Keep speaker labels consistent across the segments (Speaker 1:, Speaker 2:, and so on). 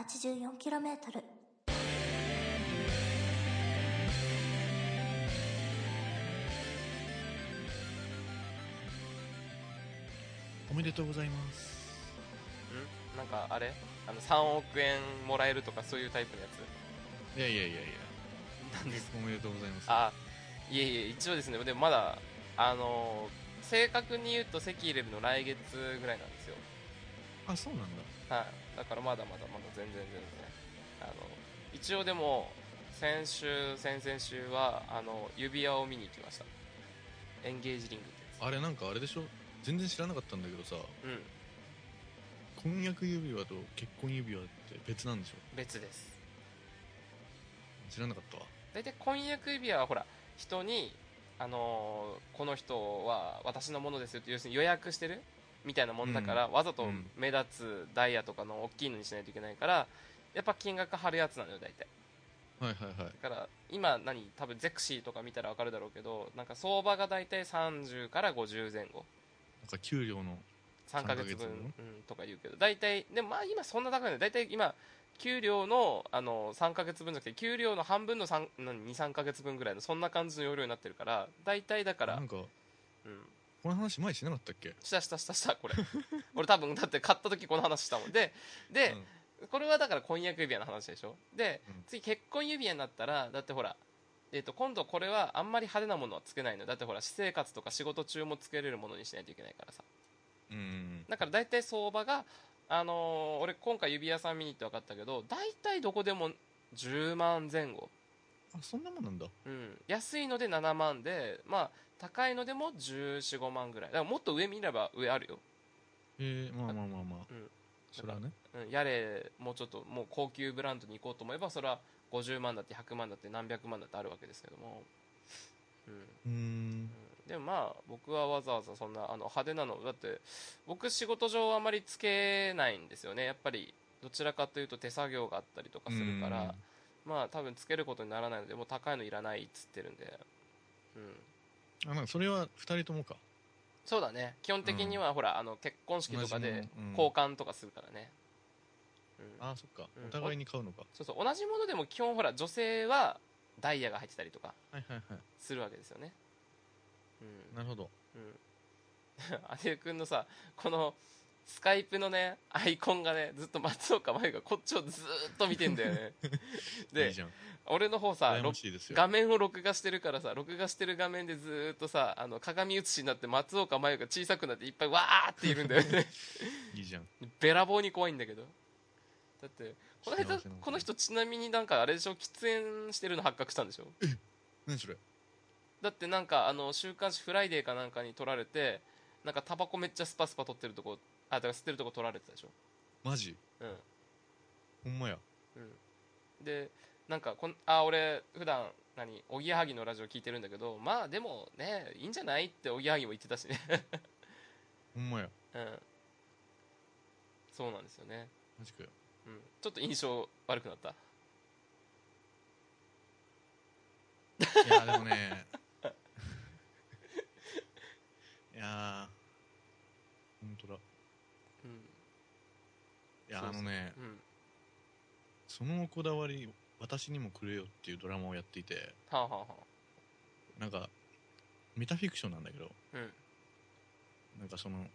Speaker 1: 84km
Speaker 2: おめでとうございます
Speaker 3: んなんかあれあの3億円もらえるとかそういうタイプのやつ
Speaker 2: いやいやいやいや
Speaker 3: なんです
Speaker 2: おめでとうございます
Speaker 3: あいえいえ一応ですねでもまだあの正確に言うとセキイレブの来月ぐらいなんですよ
Speaker 2: あそうなんだ
Speaker 3: はい、だからまだまだまだ全然全然あの一応でも先週先々週はあの指輪を見に行きましたエンゲージリングってや
Speaker 2: あれなんかあれでしょ全然知らなかったんだけどさ
Speaker 3: つうん
Speaker 2: 婚約指輪と結婚指輪って別なんでしょ
Speaker 3: 別です
Speaker 2: 知らなかったわ
Speaker 3: 大体婚約指輪はほら人にあのこの人は私のものですよって要するに予約してるみたいなもんだから、わざと
Speaker 2: うん
Speaker 3: 目立つダイヤとかの大きいのにしないといけないからやっぱ金額張るやつなのよ大体
Speaker 2: はいはいはい
Speaker 3: だから今何多分ゼクシーとか見たら分かるだろうけどなんか相場が大体30から50前後
Speaker 2: なんか給料の
Speaker 3: 3
Speaker 2: 三ヶ
Speaker 3: ヶ月
Speaker 2: 月分
Speaker 3: 分うん、とか言うけど大体でもまあ今そんな高いの大体今給料のあの3ヶ月分じゃなくて給料の半分の23ヶ月分ぐらいのそんな感じの容量になってるから大体だから、
Speaker 2: な
Speaker 3: うん
Speaker 2: ん、かこの話前しなかったっけ
Speaker 3: したしたしたしたこれ 俺多分だって買った時この話したもんでで、
Speaker 2: うん
Speaker 3: これはだから婚約指輪の話でしょで、
Speaker 2: うん
Speaker 3: 次結婚指輪になったらだってほら、えっと今度これはあんまり派手なものはつけないのだってほら私生活とか仕事中もつけれるものにしないといけないからさ
Speaker 2: うんうん
Speaker 3: だから大体相場が、あのー俺今回指輪さん見に行って分かったけど大体どこでも10万前後、
Speaker 2: あそんなもんなんだ
Speaker 3: うん、安いので7万でまあ高いのでも1415万ぐらいだからもっと上見れば上あるよ、
Speaker 2: えー、まあまあまあまあ、
Speaker 3: うん
Speaker 2: それはね
Speaker 3: うん、やれもうちょっともう高級ブランドに行こうと思えばそれは50万だって100万だって何百万だってあるわけですけども、うん、
Speaker 2: うーん
Speaker 3: でもまあ僕はわざわざそんなあの派手なのだって僕仕事上あまりつけないんですよねやっぱりどちらかというと手作業があったりとかするからまあ多分つけることにならないのでもう高いのいらないっつってるんで、うん、
Speaker 2: うんあなんかそれは2人ともか
Speaker 3: そうだね基本的にはほら、あの結婚式と
Speaker 2: 同
Speaker 3: かで
Speaker 2: じものうん
Speaker 3: 交換とかするからね、うん、
Speaker 2: あそっか、
Speaker 3: うん
Speaker 2: お互いに買うのか
Speaker 3: そうそう同じものでも基本ほら女性はダイヤが入ってたりとか
Speaker 2: はいはいはい
Speaker 3: するわけですよねうん
Speaker 2: なるほど
Speaker 3: うんあゆくんのさこのスカイプのねアイコンがねずっと松岡真優がこっちをずーっと見てんだ よね
Speaker 2: い
Speaker 3: で
Speaker 2: いじゃん
Speaker 3: 俺の方さ
Speaker 2: 羨
Speaker 3: ろ
Speaker 2: ましいですよ
Speaker 3: 画面を録画してるからさ録画してる画面でずーっとさあの鏡写しになって松岡真優が小さくなっていっぱいわーっているんだよ ね
Speaker 2: いいじゃん
Speaker 3: べらぼうに怖いんだけどだってこの間
Speaker 2: 幸せなのかな
Speaker 3: この人ちなみになんかあれでしょ喫煙してるの発覚したんでしょ
Speaker 2: 何それ
Speaker 3: だってなんかあの週刊誌フライデーかなんかに撮られてなんかタバコめっちゃスパスパ取ってるとこあだから吸ってるとこ撮られてたでしょ
Speaker 2: マジ
Speaker 3: うん
Speaker 2: ほんまや
Speaker 3: うんでなんかこんあ俺普段何おぎやはぎのラジオ聞いてるんだけどまあでもねいいんじゃないっておぎやはぎも言ってたしね
Speaker 2: ほんまや
Speaker 3: うんそうなんですよね
Speaker 2: マジ かよ
Speaker 3: うんちょっと印象悪くなった
Speaker 2: いやでもね いやー本当だい
Speaker 3: うん
Speaker 2: や
Speaker 3: そう
Speaker 2: あ
Speaker 3: そう
Speaker 2: のね
Speaker 3: うん
Speaker 2: そのこだわり私にもくれよっていうドラマをやっていて
Speaker 3: はあはあはあ
Speaker 2: なんかメタフィクションなんだけど
Speaker 3: うん
Speaker 2: なんかその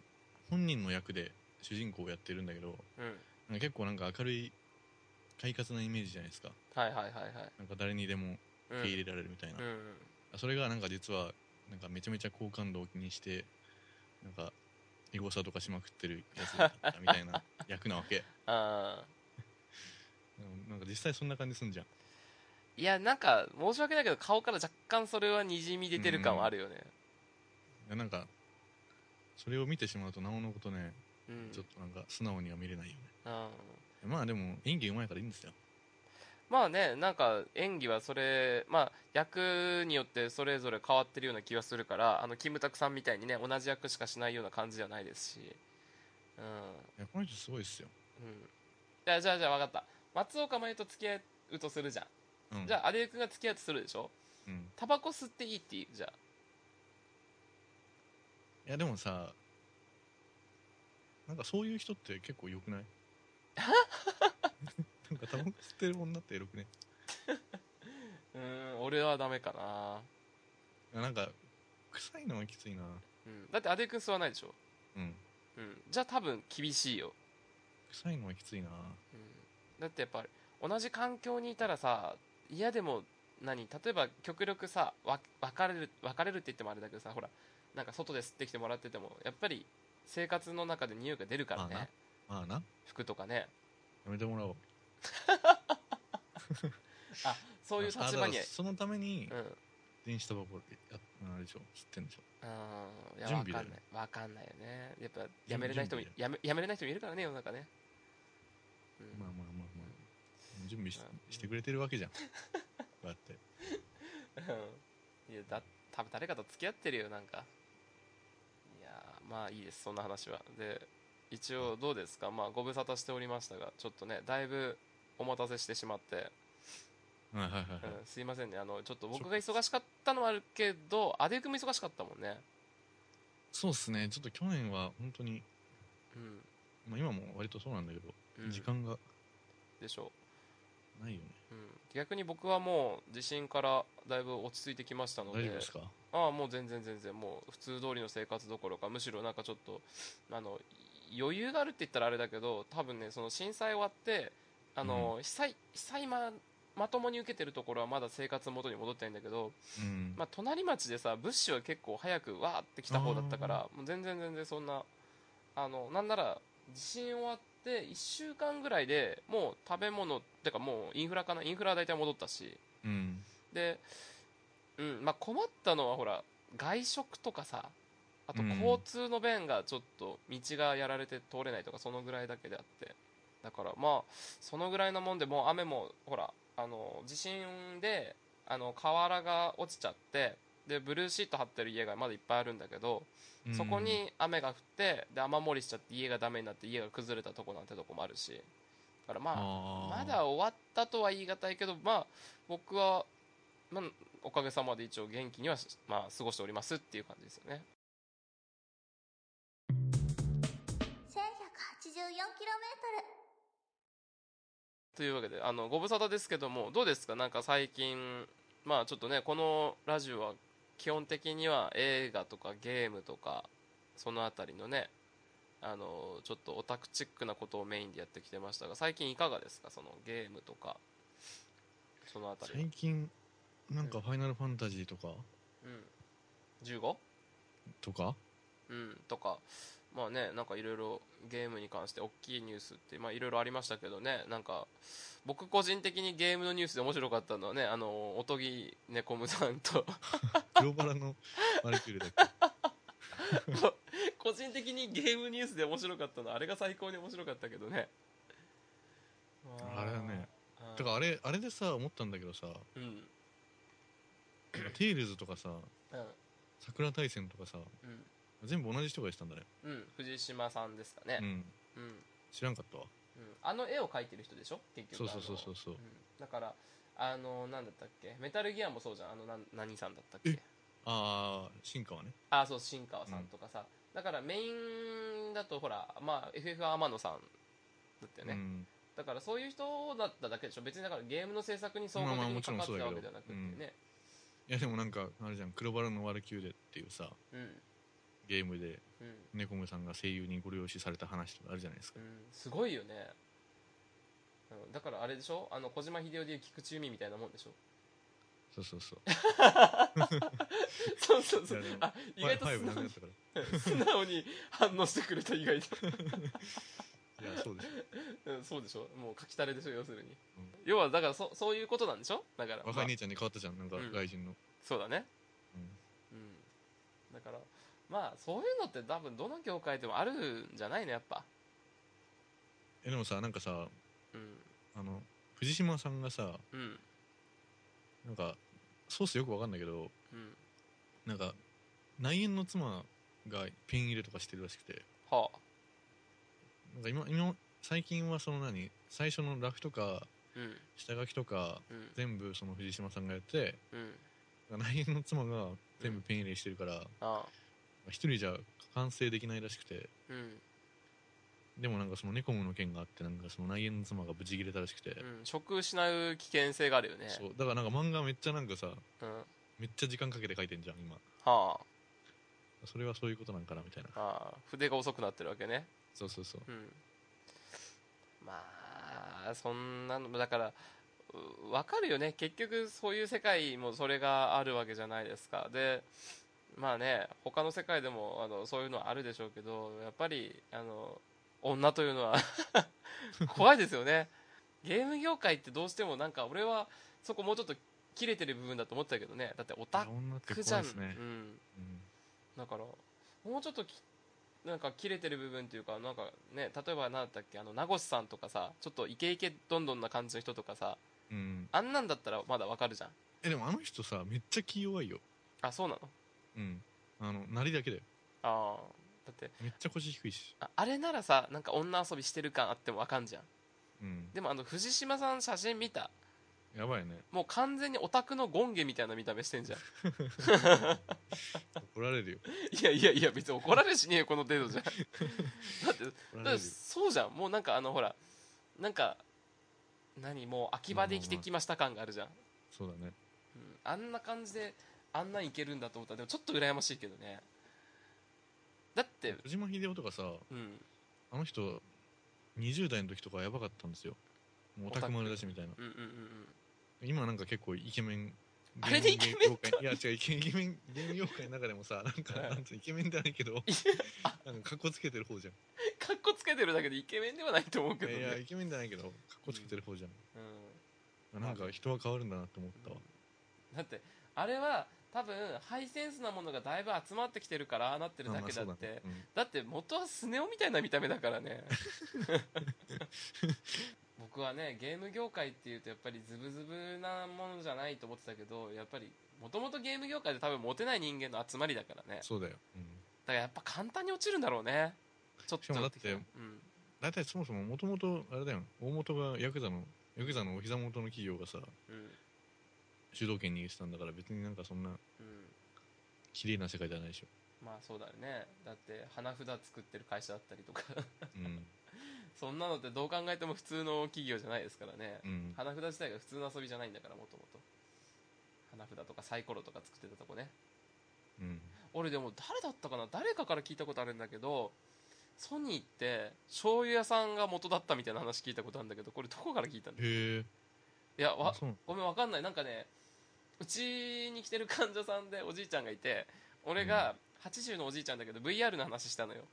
Speaker 2: 本人の役で主人公をやってるんだけど
Speaker 3: うん
Speaker 2: なんか結構なんか明るい快活なイメージじゃないですか
Speaker 3: はいはいはいはい
Speaker 2: なんか誰にでも
Speaker 3: うん
Speaker 2: 受け入れられるみたいな、
Speaker 3: うん
Speaker 2: それがなんか実はなんかめちゃめちゃ好感度を気にしてなんかエゴサとかしまくってるやつだっ たみたいな役なわけ
Speaker 3: ああ
Speaker 2: うんなんか実際そんな感じすんじゃん
Speaker 3: いやなんか申し訳ないけど顔から若干それはにじみ出てる感はあるよね、
Speaker 2: いやなんかそれを見てしまうとなおのことね
Speaker 3: うん
Speaker 2: ちょっとなんか素直には見れないよね
Speaker 3: うん
Speaker 2: まあでも演技うまいからいいんですよ
Speaker 3: まあねなんか演技はそれ、まあ、役によってそれぞれ変わってるような気がするからあのキムタクさんみたいにね同じ役しかしないような感じじゃないですし、うん
Speaker 2: いやこの人すごいっすよ、
Speaker 3: うん、じゃあじゃあじゃあ分かった松岡茉優と付き合うとするじゃん、
Speaker 2: うん、
Speaker 3: じゃあ阿部君が付き合うとするでしょ
Speaker 2: うん、い
Speaker 3: タバコ吸っていいって言うじゃあ
Speaker 2: やでもさ なんかそういう人って結構良くないなんかタバコ吸ってる女ってエロくね
Speaker 3: うーん俺はダメかな、
Speaker 2: あなんか臭いのはきついな
Speaker 3: うん、だってアデくん吸わないでしょ、
Speaker 2: うん
Speaker 3: うん、じゃあ多分厳しいよ、
Speaker 2: 臭いのはきついな
Speaker 3: うん、だってやっぱり同じ環境にいたらさ嫌でも何例えば極力さわ別れる別れるって言ってもあれだけどさほらなんか外で吸ってきてもらっててもやっぱり生活の中で匂いが出るから
Speaker 2: まあな
Speaker 3: ね
Speaker 2: まあな
Speaker 3: 服とかね
Speaker 2: やめてもらおう
Speaker 3: そういう
Speaker 2: あ
Speaker 3: 立場に
Speaker 2: だからそのために
Speaker 3: うん
Speaker 2: 電子タバコやあれでしょ吸ってんでしょ
Speaker 3: うんいや
Speaker 2: 準
Speaker 3: わ
Speaker 2: 備だよ
Speaker 3: かんな
Speaker 2: ね
Speaker 3: いわかんないよねやっぱやめれない人も
Speaker 2: 準
Speaker 3: やめやめれない人もいるからね世の中ね、うん
Speaker 2: まあまあまあまあ準備ししてくれてるわけじゃ んこうやって
Speaker 3: うんいやだ多分誰かと付き合ってるよなんかいやーまあいいですそんな話はで一応どうですかまあご無沙汰しておりましたがちょっとねだいぶお待たせしてしまって、
Speaker 2: はいはいはいは
Speaker 3: う
Speaker 2: い
Speaker 3: ん、すいませんねあのちょっと僕が忙しかったのはあるけどアデュ君も忙しかったもんね
Speaker 2: そうっすねちょっと去年は本当に
Speaker 3: うん、
Speaker 2: まあ今も割とそうなんだけど、
Speaker 3: うん、
Speaker 2: 時間が
Speaker 3: でしょ
Speaker 2: ないよね
Speaker 3: う、うん、逆に僕はもう地震からだいぶ落ち着いてきましたので
Speaker 2: 大丈夫ですか
Speaker 3: ああもう全然全然もう普通通りの生活どころかむしろなんかちょっとあの余裕があるって言ったらあれだけど多分ねその震災終わってあの、被災被災ままともに受けてるところはまだ生活の元に戻ってないんだけど、
Speaker 2: うん、
Speaker 3: まあ、隣町でさ物資は結構早くわーって来た方だったからもう全然全然そんなあのなんなら地震終わって1週間ぐらいでもう食べ物ってかもうインフラかなインフラは大体戻ったし
Speaker 2: うん
Speaker 3: で、うんまあ、困ったのはほら外食とかさあと
Speaker 2: うん
Speaker 3: 交通の便がちょっと道がやられて通れないとかそのぐらいだけであってだからまあそのぐらいなもんでもう雨もほらあの地震であの瓦が落ちちゃってでブルーシート張ってる家がまだいっぱいあるんだけど
Speaker 2: うん
Speaker 3: そこに雨が降ってで雨漏りしちゃって家がダメになって家が崩れたとこなんてとこもあるしだからまあ
Speaker 2: あ
Speaker 3: ま
Speaker 2: ー
Speaker 3: だ終わったとは言い難いけど、まあ、僕は、まあ、おかげさまで一応元気には、まあ、過ごしておりますっていう感じですよね。
Speaker 1: 1184km
Speaker 3: というわけであのご無沙汰ですけどもどうですかなんか最近、まあ、ちょっとねこのラジオは基本的には映画とかゲームとかその辺りのねあのちょっとオタクチックなことをメインでやってきてましたが最近いかがですかそのゲームとかその辺りは
Speaker 2: 最近なんか「ファイナルファンタジー」とか
Speaker 3: うん、15?
Speaker 2: とか
Speaker 3: うん、とか、まあね、なんかいろいろゲームに関して大きいニュースって、まあいろいろありましたけどね、なんか、僕個人的にゲームのニュースで面白かったのはね、あの、おとぎねこむさんと、
Speaker 2: グローバラのマルキュールだっけ
Speaker 3: 個人的にゲームニュースで面白かったのは、あれが最高に面白かったけどね。
Speaker 2: あれだね
Speaker 3: う
Speaker 2: だ
Speaker 3: ん。
Speaker 2: からあれあれでさ思ったんだけどさ「
Speaker 3: うん。うん。
Speaker 2: なんかテイルズ」とかさ「桜大戦」とかさ
Speaker 3: うん。
Speaker 2: 全部同じ人がしたんだね
Speaker 3: うん。藤島さんですか
Speaker 2: う
Speaker 3: ね。
Speaker 2: ん
Speaker 3: うん。うん。
Speaker 2: 知らんかったわ
Speaker 3: あの絵を描いてる人でしょ結局。
Speaker 2: そうそうそうそうそう
Speaker 3: あのうんだから、あの、なんだったっけメタルギアもそうじゃん。あの、なん何さんだったっけ
Speaker 2: えああ進化はね
Speaker 3: あそう新川さんとかさ、だからメインだとほらまあ FF は天野さんだったよね、
Speaker 2: うん
Speaker 3: だからそういう人だっただけでしょ別にだからゲームの制作に総合
Speaker 2: まあ
Speaker 3: 的
Speaker 2: まあ
Speaker 3: に
Speaker 2: もちろ
Speaker 3: 関
Speaker 2: ん
Speaker 3: わっ
Speaker 2: そ
Speaker 3: て
Speaker 2: う
Speaker 3: た
Speaker 2: だ
Speaker 3: わ
Speaker 2: けど
Speaker 3: けじゃなくてね
Speaker 2: いやでもなんかあれじゃん「黒バラのワルキューレ」っていうさ
Speaker 3: うん
Speaker 2: ゲームで
Speaker 3: うん、
Speaker 2: 猫ムさんが声優にご了承された話とかあるじゃないです
Speaker 3: う
Speaker 2: か
Speaker 3: ん、すごいよね、うん、だからあれでしょあの小島秀夫でいう菊池由美みたいなもん でしょ
Speaker 2: そうそうそう
Speaker 3: そうそうそう
Speaker 2: いやでも
Speaker 3: あ意外と
Speaker 2: ファイ
Speaker 3: 素
Speaker 2: ブなく
Speaker 3: 直
Speaker 2: なっ
Speaker 3: に
Speaker 2: たから
Speaker 3: 素直に反応してくれた意外と
Speaker 2: いやそう でしょ
Speaker 3: うんそうでしょもう書きたれでしょ要するに、要はだからそそういうことなんでしょだから
Speaker 2: 若い姉ちゃんに変わったじゃんなんか
Speaker 3: うん
Speaker 2: 外人の
Speaker 3: そうだね
Speaker 2: うん
Speaker 3: うん、だからまあそういうのって多分どの業界でもあるんじゃないのやっぱ
Speaker 2: えでもさなんかさ
Speaker 3: うん
Speaker 2: あの藤島さんがさ
Speaker 3: うん
Speaker 2: なんかソースよくわかんないけど
Speaker 3: うん
Speaker 2: なんか内縁の妻がペン入れとかしてるらしくて
Speaker 3: はあ
Speaker 2: なんか今今最近はその何最初のラフとか
Speaker 3: うん
Speaker 2: 下書きとか
Speaker 3: うん
Speaker 2: 全部その藤島さんがやって
Speaker 3: うん
Speaker 2: 内縁の妻が全部ペン入れしてるから
Speaker 3: ああ
Speaker 2: 一人じゃ完成できないらしくて
Speaker 3: うん
Speaker 2: でもなんかそのネコムの件があってなんかその内縁の妻がブチ切れたらしくて、
Speaker 3: うん、職失う危険性があるよね
Speaker 2: そうだからなんか漫画めっちゃなんかさ
Speaker 3: うんは
Speaker 2: めっちゃ時間かけて書いてんじゃん今
Speaker 3: あ
Speaker 2: それはそういうことなんかなみたいな
Speaker 3: ああ筆が遅くなってるわけね
Speaker 2: そうそうそう
Speaker 3: うんまあそんなのだからうわかるよね結局そういう世界もそれがあるわけじゃないですかでまあね他の世界でもあのそういうのはあるでしょうけどやっぱりあの女というのは 怖いですよねゲーム業界ってどうしてもなんか俺はそこもうちょっと切れてる部分だと思ってたけどねだってオタ
Speaker 2: 女って
Speaker 3: ク
Speaker 2: 怖
Speaker 3: じゃ
Speaker 2: い
Speaker 3: ん
Speaker 2: ですね
Speaker 3: う、ん
Speaker 2: うん
Speaker 3: だからもうちょっときなんか切れてる部分っていうかなんかね例えば何だったっけあの名越さんとかさちょっとイケイケどんどんな感じの人とかさ
Speaker 2: うん、
Speaker 3: あんなんだったらまだわかるじゃん
Speaker 2: えでもあの人さめっちゃ気弱いよ
Speaker 3: あそうなの
Speaker 2: うんあのなりだけだよ
Speaker 3: ああだって
Speaker 2: めっちゃ腰低いし
Speaker 3: ああれならさなんか女遊びしてる感あってもわかんじゃん
Speaker 2: うん
Speaker 3: でもあの藤島さん写真見た
Speaker 2: やばいね
Speaker 3: もう完全にオタクのゴンゲみたいな見た目 してんじゃん
Speaker 2: 怒られるよ
Speaker 3: いやいやいや別に怒られしねえよこの程度 じゃんだって
Speaker 2: 怒ら
Speaker 3: だ
Speaker 2: れる
Speaker 3: ってそうじゃんもうなんかあのほらなんか何もう秋葉で生きてきました感があるじゃん、
Speaker 2: そうだね
Speaker 3: うんあんな感じであんなんいけるんだと思ったらでもちょっと羨ましいけどねだって
Speaker 2: 小島秀夫とかさ
Speaker 3: うん
Speaker 2: あの人20代の時とかやばかったんですよもうオタク丸だしみたいな
Speaker 3: うんうんうん
Speaker 2: 今なんか結構イケメン
Speaker 3: あれでイケメン
Speaker 2: 業界いや違うイケイケメンゲーム業界の中でもさなんか
Speaker 3: はい
Speaker 2: なんつうのイケメンではないけどなんかかっこつけてる方じゃん
Speaker 3: かっこつけてるだけでイケメンではないと思うけどね
Speaker 2: いやイケメンじゃないけどかっこつけてる方じゃん、
Speaker 3: う
Speaker 2: なんか人は変わるんだなって思ったわ、
Speaker 3: ん、だってあれは多分ハイセンスなものがだいぶ集まってきてるからああなってる
Speaker 2: まあ
Speaker 3: だ
Speaker 2: まあ
Speaker 3: けだ
Speaker 2: そう
Speaker 3: って、
Speaker 2: だね、うん
Speaker 3: だって元はスネ夫みたいな見た目だか らね僕はねゲーム業界っていうとやっぱりズブズブなものじゃないと思ってたけどやっぱりもともとゲーム業界で多分モテない人間の集まりだからねだか
Speaker 2: そうだよ、うん
Speaker 3: らやっぱ簡単に落ちるんだろうねちょっ
Speaker 2: し
Speaker 3: と
Speaker 2: かもだって
Speaker 3: うん、
Speaker 2: 大体そもそももともとあれだよ大元がヤクザのヤクザのお膝元の企業がさ
Speaker 3: うん
Speaker 2: 主導権握ってたんだから別になんかそんな
Speaker 3: うん
Speaker 2: 綺麗な世界じゃないでしょ、
Speaker 3: まあそうだねだって花札作ってる会社だったりとか
Speaker 2: うん
Speaker 3: そんなのってどう考えても普通の企業じゃないですからね、
Speaker 2: うん、
Speaker 3: 花札自体が普通の遊びじゃないんだからもともと花札とかサイコロとか作ってたとこね
Speaker 2: うん、
Speaker 3: 俺でも誰だったかな誰かから聞いたことあるんだけどソニーって醤油屋さんが元だったみたいな話聞いたことあるんだけどこれどこから聞いたんだ
Speaker 2: へえ
Speaker 3: いや
Speaker 2: あ
Speaker 3: わ
Speaker 2: そうなの
Speaker 3: ごめんわかんないなんかねうちに来てる患者さんでおじいちゃんがいて俺が80のおじいちゃんだけど VR の話したのよ、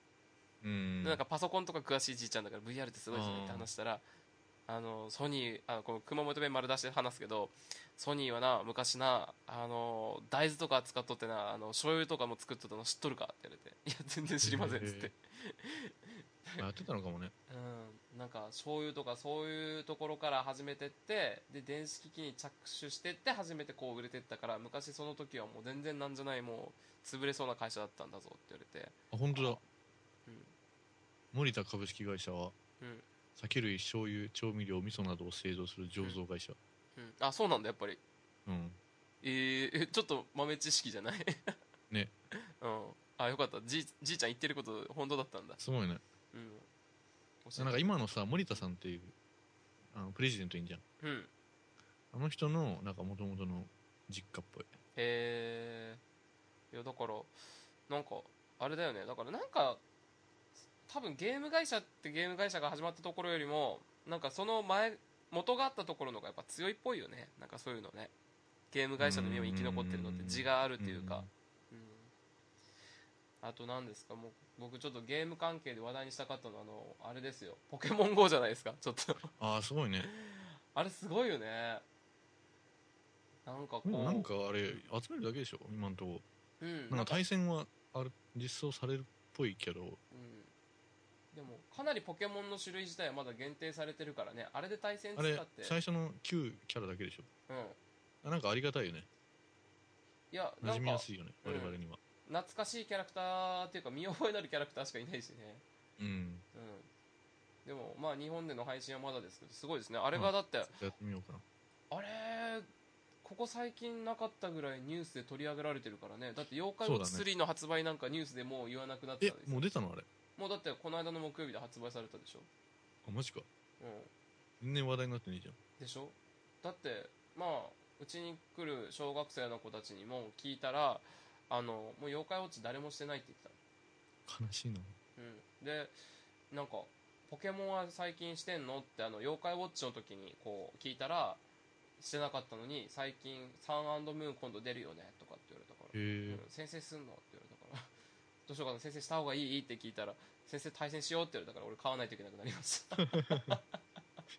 Speaker 2: うん
Speaker 3: でなんかパソコンとか詳しいじいちゃんだから VR ってすごいですねって話したらあのソニーあこの熊本弁丸出して話すけどソニーはな昔なあの大豆とか扱っとってなあの醤油とかも作っとったの知っとるかって言われて「いや全然知りません」っつって、
Speaker 2: あやってたのかもね
Speaker 3: うん、なんか醤油とかそういうところから始めてってで電子機器に着手してって初めてこう売れてったから昔その時はもう全然なんじゃないもう潰れそうな会社だったんだぞって言われて
Speaker 2: あ本当だ、
Speaker 3: うん
Speaker 2: 森田株式会社は
Speaker 3: うん
Speaker 2: 酒類醤油調味料味噌などを製造する醸造会社
Speaker 3: うん、あそうなんだやっぱり
Speaker 2: うん、
Speaker 3: えーえちょっと豆知識じゃない
Speaker 2: ね
Speaker 3: うんあよかったじいじいちゃん言ってること本当だったんだ
Speaker 2: すごいね
Speaker 3: うん
Speaker 2: なんか今のさ森田さんっていうあのプレジデントいいんじゃん
Speaker 3: うん
Speaker 2: あの人のなんか元々の実家っぽい
Speaker 3: へえいやだからなんかあれだよねだからなんか多分ゲーム会社ってゲーム会社が始まったところよりもなんかその前元があったところのがやっぱ強いっぽいよねなんかそういうのねゲーム会社の身も生き残ってるのって字があるっていうかうんあと何ですかもう僕ちょっとゲーム関係で話題にしたかったのはあのあれですよポケモン GO じゃないですかちょっと
Speaker 2: ああすごいね
Speaker 3: あれすごいよねなんかこう
Speaker 2: でもなんかあれ集めるだけでしょ今んとこ
Speaker 3: うん
Speaker 2: なんか対戦はある実装されるっぽいけど
Speaker 3: うん、でもかなりポケモンの種類自体はまだ限定されてるからねあれで対戦
Speaker 2: あ
Speaker 3: 使っ
Speaker 2: れ
Speaker 3: て
Speaker 2: 最初の9キャラだけでしょ
Speaker 3: うん
Speaker 2: あなんかありがたいよね
Speaker 3: いや
Speaker 2: 馴
Speaker 3: なん
Speaker 2: 染みや
Speaker 3: か
Speaker 2: すいよね
Speaker 3: うん
Speaker 2: 我々には
Speaker 3: 懐かしいキャラクターっていうか見覚えのあるキャラクターしかいないしね
Speaker 2: うん
Speaker 3: うんでもまあ日本での配信はまだですけどすごいですねあれがだって、
Speaker 2: やってみようかな
Speaker 3: あれここ最近なかったぐらいニュースで取り上げられてるからねだって「妖怪ウ
Speaker 2: そ
Speaker 3: ォ
Speaker 2: う
Speaker 3: ッ
Speaker 2: だね
Speaker 3: チ3」の発売なんかニュースでもう言わなくなった
Speaker 2: え
Speaker 3: んですよ
Speaker 2: もう出たのあれ
Speaker 3: もうだってこの間の木曜日で発売されたでしょ、
Speaker 2: あマジか
Speaker 3: うん、
Speaker 2: 全然話題になってねえじゃん
Speaker 3: でしょだってまあうちに来る小学生の子たちにも聞いたらあのもう妖怪ウォッチ誰もしてないって言って
Speaker 2: 悲しいな
Speaker 3: たの、うん、でなんか「ポケモンは最近してんの?」ってあの妖怪ウォッチの時にこう聞いたらしてなかったのに最近「サンムーン今度出るよね」とかって言われたから
Speaker 2: へえ
Speaker 3: うん先生すんのって言われたから どうしようかな先生した方がいいって聞いたら先生対戦しようって言われたから俺買わないといけなくなりました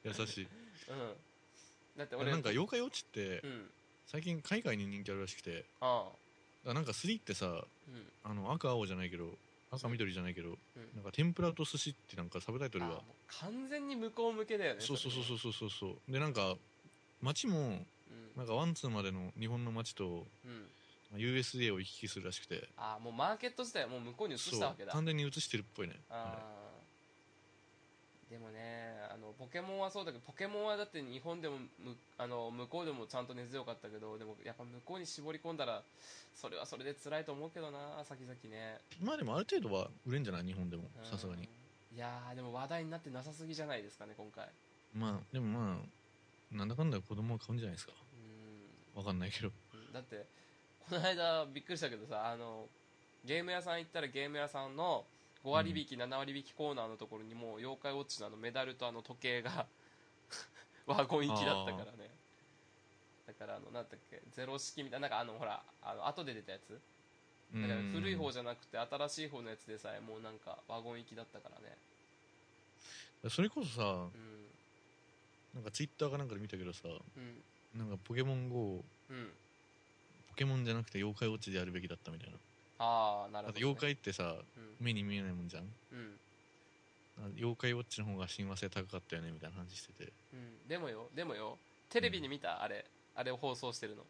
Speaker 2: 優し い
Speaker 3: うんだって俺
Speaker 2: なんか妖怪ウォッチって
Speaker 3: うん
Speaker 2: 最近海外に人気あるらしくてだか
Speaker 3: ああ
Speaker 2: らなんか3ってさ
Speaker 3: うん
Speaker 2: あの赤青じゃないけど赤緑じゃないけど
Speaker 3: うん
Speaker 2: なんか天ぷらと寿司ってなんかサブタイトル
Speaker 3: あ
Speaker 2: が
Speaker 3: もう完全に向こう向けだよね
Speaker 2: そうそうそう
Speaker 3: う、
Speaker 2: そうそうそうそうでなんか街も
Speaker 3: うん
Speaker 2: なんかワンツーまでの日本の街と
Speaker 3: うん、
Speaker 2: まあ USA を行き来するらしくて
Speaker 3: ああもうマーケット自体はもう向こうに移したわけだ
Speaker 2: 完全に移してるっぽいね
Speaker 3: あ
Speaker 2: は
Speaker 3: ーでもねあのポケモンはそうだけどポケモンはだって日本でもむあの向こうでもちゃんと根強かったけどでもやっぱ向こうに絞り込んだらそれはそれで辛いと思うけどな先々ね
Speaker 2: いまあでもある程度は売れんじゃない日本でも
Speaker 3: うん
Speaker 2: さすがに
Speaker 3: いやーでも話題になってなさすぎじゃないですかね今回
Speaker 2: まあでもまあなんだかんだ子供は買うんじゃないですかわかんないけど
Speaker 3: うんだってこの間びっくりしたけどさあのゲーム屋さん行ったらゲーム屋さんの5割引き、7割引きコーナーのところにもう妖怪ウォッチのあのメダルとあの時計が ワゴン行きだったからねだからあのなんだっけゼロ式みたいななんかあのほらあの後で出たやつだから古い方
Speaker 2: じ
Speaker 3: じゃなくて新しい方のやつでさえもうなんかワゴン行きだったからね
Speaker 2: ゃそれこそさ
Speaker 3: う
Speaker 2: なんかツイッターかなんかで見たけどさ
Speaker 3: ん
Speaker 2: なんかポケモン GO を
Speaker 3: うんうん
Speaker 2: ポケモンじゃなくて妖怪ウォッチでやるべきだったみたいな
Speaker 3: ああなる
Speaker 2: だっ
Speaker 3: ほど、
Speaker 2: て
Speaker 3: ね、
Speaker 2: 妖怪ってさ
Speaker 3: う
Speaker 2: 目に見えないもんじゃん
Speaker 3: んうん
Speaker 2: 妖怪ウォッチの方が親和性高かったよねみたいな話してて
Speaker 3: うん、でもよでもよテレビに見た、あれあれを放送してるの
Speaker 2: ん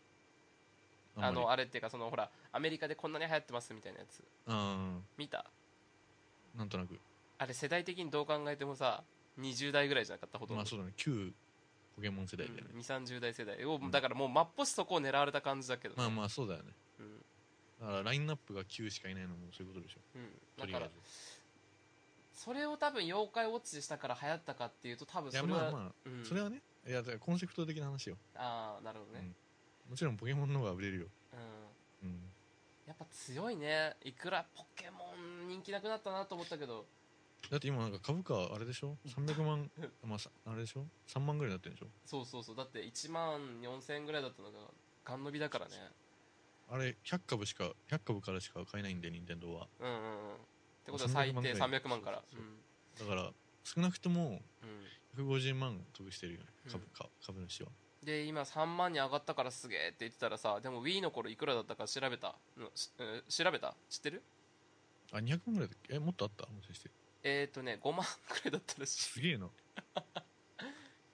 Speaker 2: ま
Speaker 3: あ
Speaker 2: り
Speaker 3: のあれっていうかそのほらアメリカでこんなに流行ってますみたいなやつ
Speaker 2: あ
Speaker 3: 見た
Speaker 2: ーなんとなく
Speaker 3: あれ世代的にどう考えてもさ20代ぐらいじゃなかったほとんど、
Speaker 2: まあそうだね旧ポケモン世代だよね、
Speaker 3: 2 3 0代世代をだからもう真っぽしそこを狙われた感じだけど、
Speaker 2: まあまあそうだよね
Speaker 3: うん
Speaker 2: だからラインナップが9しかいないのもそういうことでしょ
Speaker 3: う
Speaker 2: と
Speaker 3: ん、
Speaker 2: り
Speaker 3: だ
Speaker 2: あ
Speaker 3: か
Speaker 2: え
Speaker 3: らそれを多分妖怪ウォッチでしたから流行ったかっていうと多分
Speaker 2: ずい
Speaker 3: そ
Speaker 2: や
Speaker 3: れは
Speaker 2: まあま
Speaker 3: う
Speaker 2: あ
Speaker 3: ん
Speaker 2: それはねいやだからコンセプト的な話よ
Speaker 3: ああなるほどね、
Speaker 2: もちろんポケモンの方が売れるよ
Speaker 3: うん
Speaker 2: うん
Speaker 3: やっぱ強いねいくらポケモン人気なくなったなと思ったけど
Speaker 2: だって今なんか株価あれでしょ300万 まあさあれでしょ3万ぐらいになってるでしょ
Speaker 3: そうそうそうだって1万4000円ぐらいだったのがガン伸びだからね
Speaker 2: あれ100株しか100株からしか買えないんで任天堂は
Speaker 3: うんうんうんってことは最低
Speaker 2: 300万
Speaker 3: 300万から
Speaker 2: そうそうだから少なくとも150万得してるよね株価、株主は
Speaker 3: うんで今3万に上がったからすげえって言ってたらさでも Wii の頃いくらだったか調べたのしうん調べた知ってる
Speaker 2: あ200万ぐらいだっけえもっとあったもしかして
Speaker 3: えっ、ー、とね5万くらいだったらしい
Speaker 2: すげえ な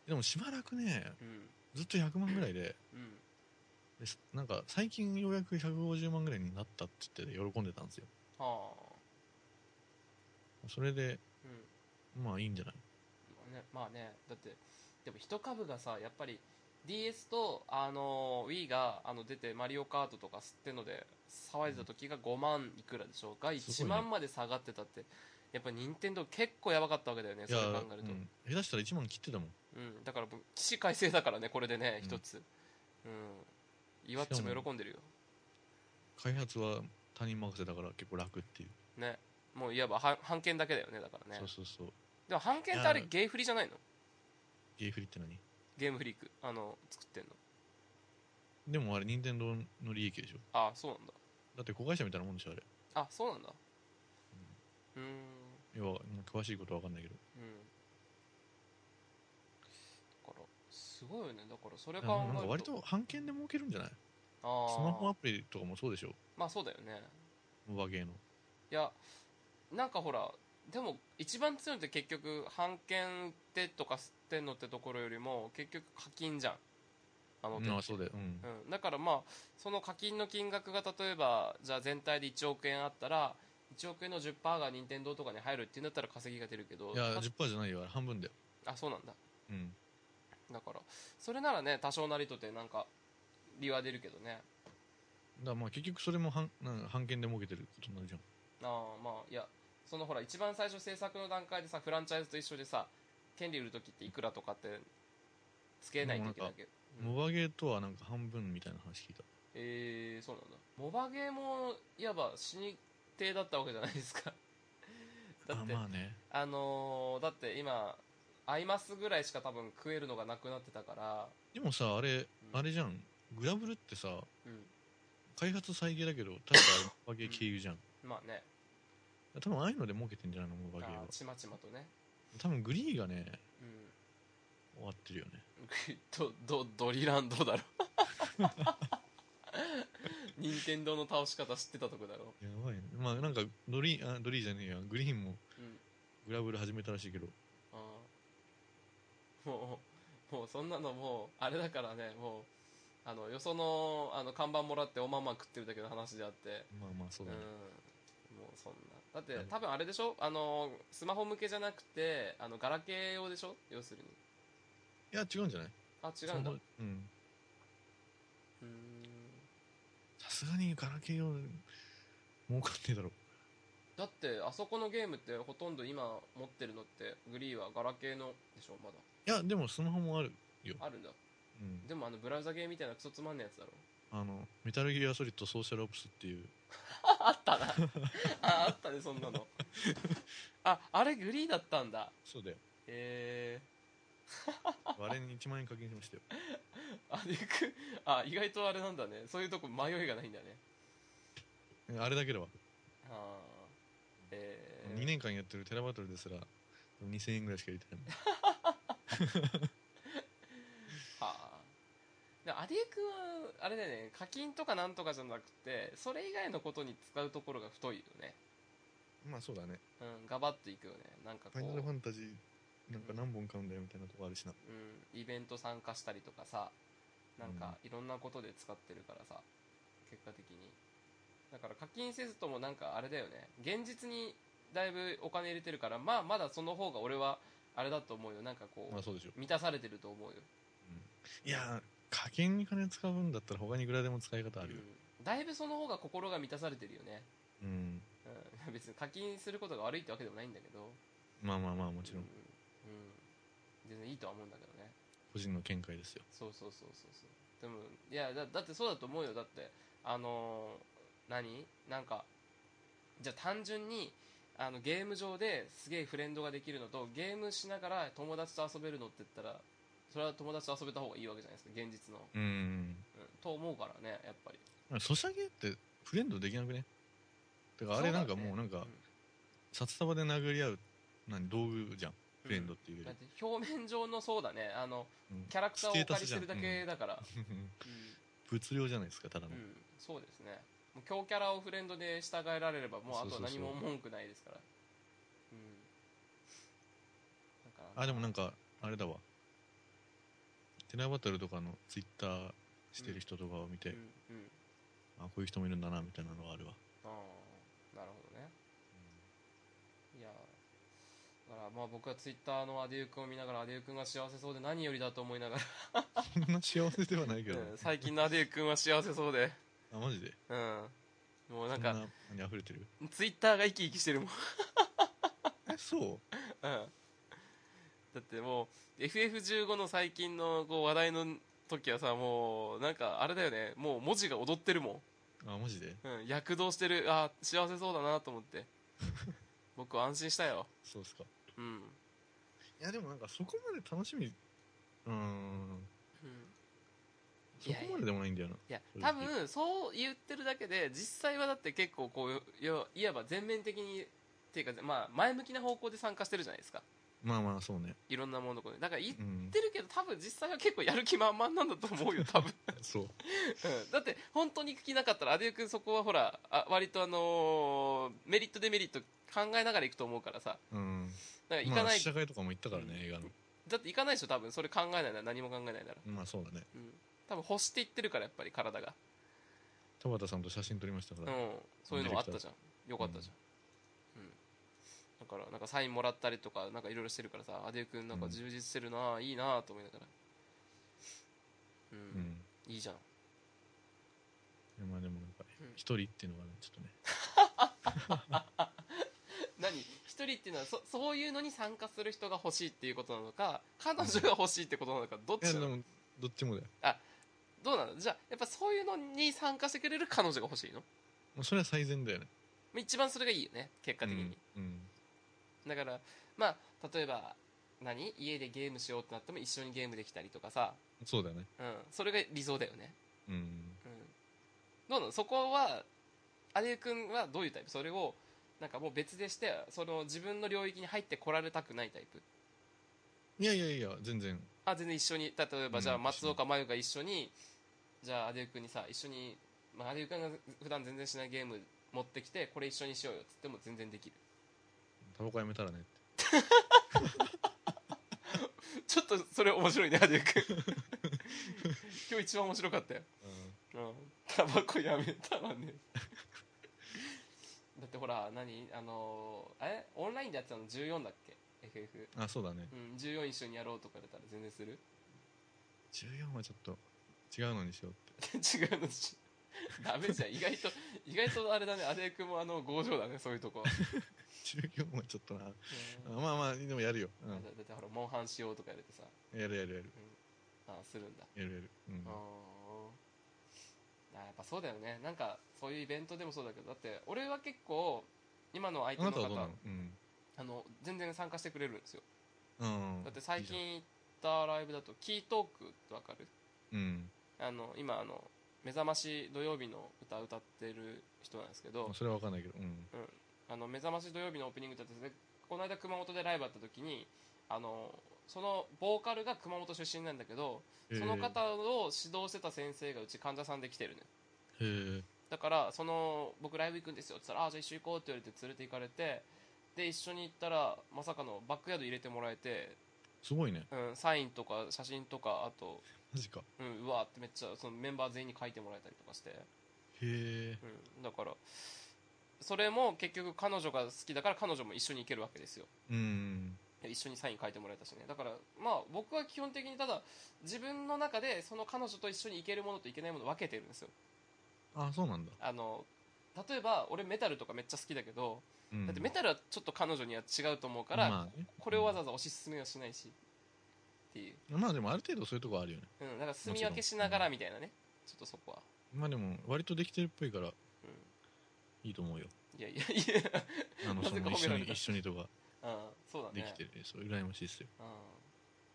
Speaker 2: でもしばらくね
Speaker 3: うん
Speaker 2: ずっと100万ぐらいで
Speaker 3: うん
Speaker 2: ですなんか最近ようやく150万ぐらいになったって言って喜んでたんですよ
Speaker 3: はあ
Speaker 2: それで
Speaker 3: うん
Speaker 2: まあいいんじゃない
Speaker 3: まあねまあねだってでも一株がさやっぱり DS と、あの Wii があの出て「マリオカート」とか吸ってので騒いでた時が5万いくらでしょうか
Speaker 2: す
Speaker 3: 1
Speaker 2: ごいね
Speaker 3: 万まで下がってたってやっぱ任天堂結構やばかったわけだよね
Speaker 2: い
Speaker 3: そ
Speaker 2: や
Speaker 3: れ考えると、
Speaker 2: うん下手したら1万切ってたもん
Speaker 3: うんだからもう起死回生だからねこれでね
Speaker 2: うん
Speaker 3: 一つうんイワッチも喜んでるよ
Speaker 2: 開発は他人任せだから結構楽っていう、
Speaker 3: ねもういわばは半券だけだよねだからね
Speaker 2: そうそうそう
Speaker 3: でも半券ってあれ
Speaker 2: いや
Speaker 3: ゲーフリじゃないの
Speaker 2: ゲーフリって何
Speaker 3: ゲームフリークあの作ってんの
Speaker 2: でもあれ任天堂の利益でしょ
Speaker 3: ああそうなんだ
Speaker 2: だって子会社みたいなもんでしょあれ
Speaker 3: あそうなんだうーん
Speaker 2: 要はうん詳しいことは分かんないけど
Speaker 3: うんだからすごいよねだからそれ
Speaker 2: で
Speaker 3: 考
Speaker 2: もなん
Speaker 3: え
Speaker 2: か
Speaker 3: る
Speaker 2: 割と版権で儲けるんじゃない
Speaker 3: あー
Speaker 2: スマホアプリとかもそうでしょ
Speaker 3: まあそうだよね
Speaker 2: モバゲーの
Speaker 3: いやなんかほらでも一番強いのって結局版権売ってとか吸ってんのってところよりも結局課金じゃんあの手
Speaker 2: まあそうだようん
Speaker 3: うん、だからまあその課金の金額が例えばじゃあ全体で1億円あったら1億円の10%が任天堂とかに入るっていうんだったら稼ぎが出るけど
Speaker 2: いや
Speaker 3: た
Speaker 2: 10%じゃないよあれ半分だよ
Speaker 3: あそうなんだ
Speaker 2: うん
Speaker 3: だからそれならね多少なりとてなんか利は出るけどね
Speaker 2: だからまあ結局それも版なんか版権で儲けてることになるじゃん
Speaker 3: ああまあいやそのほら一番最初制作の段階でさフランチャイズと一緒でさ権利売る時っていくらとかってつけないといけないけど、うん
Speaker 2: モバゲーとはなんか半分みたいな話聞いた
Speaker 3: えー、そうなんだモバゲーもいわば死に手だったわけじゃないで すかだって
Speaker 2: あまあね
Speaker 3: あのーだって今アイマスぐらいしか多分食えるのがなくなってたから、
Speaker 2: でもさあれ
Speaker 3: うん
Speaker 2: あれじゃんグラブルってさ
Speaker 3: うん、
Speaker 2: 開発再現だけど確かあれモバゲー経由じゃん
Speaker 3: まあね
Speaker 2: 多分ああいうので儲けてんじゃないのモバゲー
Speaker 3: あ
Speaker 2: は
Speaker 3: ーちまちまとね、
Speaker 2: 多分グリーがね
Speaker 3: うん、
Speaker 2: 終わってるよね
Speaker 3: ど どドリランドだろ任天堂の倒し方知ってたとこだろ、
Speaker 2: やばいねまあなんかドリーあドリーじゃねえやグリーンも
Speaker 3: うん、
Speaker 2: グラブル始めたらしいけど
Speaker 3: あーもうもうそんなのもうあれだからねもうあのよそのあの看板もらっておまんま食ってるだけの話であって
Speaker 2: まあまあそうだね
Speaker 3: うんもうそんなだって多分あれでしょあのスマホ向けじゃなくてあのガラケー用でしょ要する
Speaker 2: い
Speaker 3: に
Speaker 2: や違うんじゃない
Speaker 3: あ違うん
Speaker 2: そのうん
Speaker 3: だうーん
Speaker 2: さすがにガラケー用儲かってだろ
Speaker 3: だってあそこのゲームってほとんど今持ってるのってグリーはガラケーのでしょま
Speaker 2: いやでもスマホもある
Speaker 3: だあるんだ
Speaker 2: うん
Speaker 3: でもあのブラウザゲーみたいなクソつまんないやつだろ
Speaker 2: あのメタルギアソリッドソーシャルオプスっていう
Speaker 3: あったな ああったねそんなの ああれグリーだったんだ
Speaker 2: そうだよ
Speaker 3: え
Speaker 2: あれに1万円課金しましたよ
Speaker 3: ー、あでくあ意外とあれなんだねそういうとこ迷いがないんだね
Speaker 2: あれだけでは
Speaker 3: ああえー、
Speaker 2: 2年間やってるテラバトルですら2000円ぐらいしか入れてない
Speaker 3: はあでアディクはあれだよね課金とかなんとかじゃなくてそれ以外のことに使うところが太いよね
Speaker 2: もんまあそうだね
Speaker 3: うんガバッといくよねなんか
Speaker 2: フ
Speaker 3: こ
Speaker 2: ァイナルファ
Speaker 3: う、
Speaker 2: ンタジーなんか何本買うんだよみたいなとこあるしな
Speaker 3: うん、イベント参加したりとかさなんかいろんなことで使ってるからさ結果的にだから課金せずともなんかあれだよね現実にだいぶお金入れてるからまあまだその方が俺はあれだと思うよなんかこ
Speaker 2: まあ
Speaker 3: う
Speaker 2: そうでしょ
Speaker 3: 満たされてると思うよ
Speaker 2: いやー課金に金使うんだったら他にいくらでも使い方あるよ
Speaker 3: うん、だいぶその方が心が満たされてるよね、
Speaker 2: うん
Speaker 3: うん、 別に課金することが悪いってわけでもないんだけども
Speaker 2: まあまあまあもちろん
Speaker 3: うん全然いいとは思うんだけどね
Speaker 2: 個人の見解ですよ
Speaker 3: そうそうそうそうそうでもいやだだってそうだと思うよだってあのー何なんかじゃあ単純にあのゲーム上ですげえフレンドができるのとゲームしながら友達と遊べるのって言ったらそれは友達と遊べた方がいいわけじゃないですか現実の、
Speaker 2: うん
Speaker 3: うん、と思うからねやっぱり
Speaker 2: ソシャゲってフレンドできなくねだからあれなんかもうなん
Speaker 3: う
Speaker 2: か
Speaker 3: ん
Speaker 2: 札束で殴り合う何道具じゃんフレンドっていうより
Speaker 3: だって表面上のそうだねあの
Speaker 2: うん
Speaker 3: キャラクターをお借り
Speaker 2: ス
Speaker 3: し
Speaker 2: テータ
Speaker 3: て
Speaker 2: ス
Speaker 3: る
Speaker 2: じゃん
Speaker 3: だけだから、
Speaker 2: うん
Speaker 3: う
Speaker 2: 物量じゃないですかただの
Speaker 3: んうんそうですねもう強キャラをフレンドで従えられればもうあとは何
Speaker 2: そう
Speaker 3: も
Speaker 2: そうそう
Speaker 3: 文句ないですからうんなんか
Speaker 2: あでもなんかあれだわテラバトルとかのツイッターしてる人とかを見て、
Speaker 3: うんうん
Speaker 2: あこういう人もいるんだなみたいなのはあるわ
Speaker 3: ああなるほどねいやだからまあ僕はツイッターのアデュー君を見ながらアデュー君が幸せそうで何よりだと思いながら、
Speaker 2: そんな幸せではないけど、
Speaker 3: うん 最近のアデュー君は幸せそうで
Speaker 2: あマジで
Speaker 3: うんもうな
Speaker 2: そ
Speaker 3: ん
Speaker 2: ん
Speaker 3: か
Speaker 2: なに溢れてる
Speaker 3: ツイッターが生き生きしてるもん
Speaker 2: えそう
Speaker 3: うんだってもう FF15 の最近のこう話題の時はさもうなんかあれだよねもう文字が踊ってるも
Speaker 2: あマジで
Speaker 3: ん、うん、躍動してるあ幸せそうだなと思って 僕は安心したよ
Speaker 2: そうっすか
Speaker 3: うん、うん、
Speaker 2: いやでもなんかそこまで楽しみうーんそ
Speaker 3: いやいや
Speaker 2: こまででもないんだよない
Speaker 3: や多分そう言ってるだけで実際はだって結構こうよいわば全面的にっていうか、まあ、前向きな方向で参加してるじゃないですか
Speaker 2: まあまあそうね
Speaker 3: いろんなものこだから言っ
Speaker 2: うん
Speaker 3: てるけど多分実際は結構やる気満々なんだと思うよ多分
Speaker 2: そう
Speaker 3: うんだって本当に聞きなかったらアデュー君そこはほらあ割とあのーメリットデメリット考えながら行くと思うからさ
Speaker 2: うん
Speaker 3: だから行
Speaker 2: ま
Speaker 3: か
Speaker 2: あ
Speaker 3: ない、
Speaker 2: 試写会とかも行ったからね映画の
Speaker 3: だって行かないでしょ多分それ考えないなら何も考えないなら、
Speaker 2: まあそうだね
Speaker 3: うん、多分欲していってるからやっぱり体が、
Speaker 2: 田畑さんと写真撮りましたか
Speaker 3: う
Speaker 2: ら、
Speaker 3: ん、そういうのもあったじゃんよかったじゃん、うんだからなんかサインもらったりとかなんかいろいろしてるからさアデュー君なんか充実してるな、いいなと思いながらうん
Speaker 2: う、ん
Speaker 3: いいじゃん
Speaker 2: いやまあでもなんか
Speaker 3: うん
Speaker 2: 一人っていうのがねちょっとね
Speaker 3: 何一人っていうのはそそういうのに参加する人が欲しいっていうことなのか彼女が欲しいってことなのかどっ
Speaker 2: いや
Speaker 3: ち
Speaker 2: で
Speaker 3: なの
Speaker 2: もどっちもだよ
Speaker 3: どうなのじゃあやっぱそういうのに参加してくれる彼女が欲しいの
Speaker 2: もうそれは最善だよね
Speaker 3: 一番それがいいよね結果的に、
Speaker 2: うん
Speaker 3: だからまあ例えば何家でゲームしようってなっても一緒にゲームできたりとかさ、
Speaker 2: うんそうだね
Speaker 3: うん、それが理想だよね、
Speaker 2: うん
Speaker 3: うん、どうなのそこはアデュ君はどういうタイプそれをなんかもう別でしてその自分の領域に入ってこられたくないタイプ
Speaker 2: いやいやいや全然
Speaker 3: あ全然一緒に例えば
Speaker 2: うん
Speaker 3: じゃあ松岡真優が一緒にじゃあアデュ君にさ一緒に、まあ、アデュ君が普段全然しないゲーム持ってきてこれ一緒にしようよっつっても全然できる
Speaker 2: タバコやめたらねって
Speaker 3: ちょっとそれ面白いねアデュ君 今日一番面白かったようんタバコやめたらね だってほら何あのーえオンラインでやってたの14だっけ FF、
Speaker 2: あそうだね
Speaker 3: うん、14一緒にやろうとか言ったら全然する
Speaker 2: 14はちょっと違うのにしようって
Speaker 3: 違うのしダメじゃん意外と意外とあれだねアデ君もあの強情だねそういうとこ、うん
Speaker 2: 14はちょっとなあ
Speaker 3: だ
Speaker 2: まあまあでもやるよ、
Speaker 3: だってほらモンハンしようとかやれてさ
Speaker 2: うん、やるやるやる
Speaker 3: あするんだ
Speaker 2: やるやる、うん
Speaker 3: うんあやっぱそうだよねなんかそういうイベントでもそうだけどだって俺は結構今の相手
Speaker 2: あ
Speaker 3: の
Speaker 2: なた
Speaker 3: 方
Speaker 2: はどうなのうん
Speaker 3: あの全然参加してくれるんですよ
Speaker 2: うん
Speaker 3: だって最近行ったライブだとキートークってわかる
Speaker 2: うん
Speaker 3: あの今あの目覚まし土曜日の歌歌ってる人なんですけど
Speaker 2: それは分かんないけどうん
Speaker 3: あの目覚まし土曜日のオープニング歌っててこの間熊本でライブあった時にあのそのボーカルが熊本出身なんだけどその方を指導してた先生がうち患者さんで来てるのよ
Speaker 2: へえ
Speaker 3: だからその僕ライブ行くんですよって言ったらあじゃあ一緒に行こうって言われて連れて行かれてで一緒に行ったらまさかのバックヤード入れてもらえて、
Speaker 2: すごいね
Speaker 3: うん、サインとか写真とかあと
Speaker 2: マジか
Speaker 3: うん、うわーってめっちゃそのメンバー全員に書いてもらえたりとかして、
Speaker 2: へえ
Speaker 3: うん、だからそれも結局彼女が好きだから彼女も一緒に行けるわけですよ
Speaker 2: うん
Speaker 3: 一緒にサイン書いてもらえたしねだからまあ僕は基本的にただ自分の中でその彼女と一緒に行けるものと行けないものを分けてるんですよ
Speaker 2: あそうなんだ、
Speaker 3: あの例えば俺メタルとかめっちゃ好きだけど、
Speaker 2: うん、
Speaker 3: だってメタルはちょっと彼女には違うと思うから、
Speaker 2: まあね、
Speaker 3: これをわざわざ推し進めはしないしっていう、
Speaker 2: まあでもある程度そういうとこあるよね
Speaker 3: うん、だから住み分けしながらみたいなねちょっとそこは、
Speaker 2: まあでも割とできてるっぽいから
Speaker 3: うん、
Speaker 2: いいと思うよ
Speaker 3: いやいやいや
Speaker 2: あの
Speaker 3: な
Speaker 2: そ
Speaker 3: ぜか
Speaker 2: の
Speaker 3: 褒め
Speaker 2: 一緒
Speaker 3: ら
Speaker 2: に
Speaker 3: れた
Speaker 2: 一緒にとか
Speaker 3: うんそうだ
Speaker 2: で
Speaker 3: ね
Speaker 2: きてる、そう羨ましいっすよ、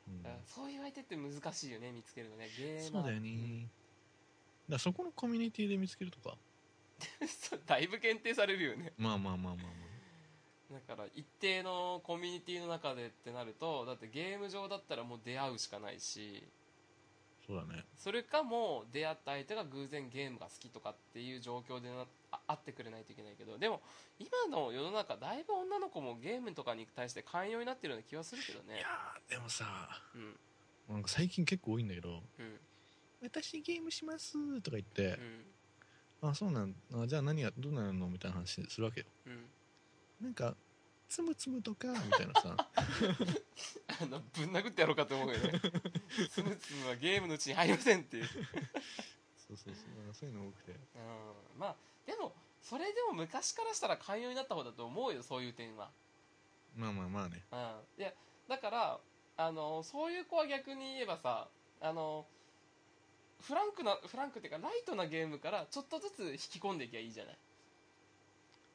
Speaker 3: うん
Speaker 2: うん
Speaker 3: だからそういう相手って難しいよね見つけるのねゲーマ
Speaker 2: そ
Speaker 3: ー
Speaker 2: うだよね、だからそこのコミュニティで見つけるとか
Speaker 3: うん そうだいぶ限定されるよね
Speaker 2: まあまあまあまあま
Speaker 3: だから一定のコミュニティの中でってなるとだってゲーム上だったらもう出会うしかないし
Speaker 2: あそうだね
Speaker 3: それかもう出会った相手が偶然ゲームが好きとかっていう状況でなあ会ってくれないといけないけどでも今の世の中だいぶ女の子もゲームとかに対して寛容になってるような気はするけど
Speaker 2: い
Speaker 3: ね
Speaker 2: やーでもさ
Speaker 3: うん
Speaker 2: なんか最近結構多いんだけど
Speaker 3: うん
Speaker 2: 「私ゲームします」とか言って
Speaker 3: う
Speaker 2: 「
Speaker 3: ん
Speaker 2: あそうなんあじゃあ何やどうなるの?」みたいな話するわけよ
Speaker 3: うん
Speaker 2: なんか「つむつむとか」みたい なさ
Speaker 3: あのぶん殴ってやろうかと思うよねつむつむはゲームのうちに入りませんっていう、
Speaker 2: そうそうそうなんかそういうの多くて
Speaker 3: うん、まあでもそれでも昔からしたら寛容になった方だと思うよそういう点は、
Speaker 2: まあまあまあね
Speaker 3: うん、いやだからあのそういう子は逆に言えばさあのフランクなフランクっていうかライトなゲームからちょっとずつ引き込んでいけばいいじゃない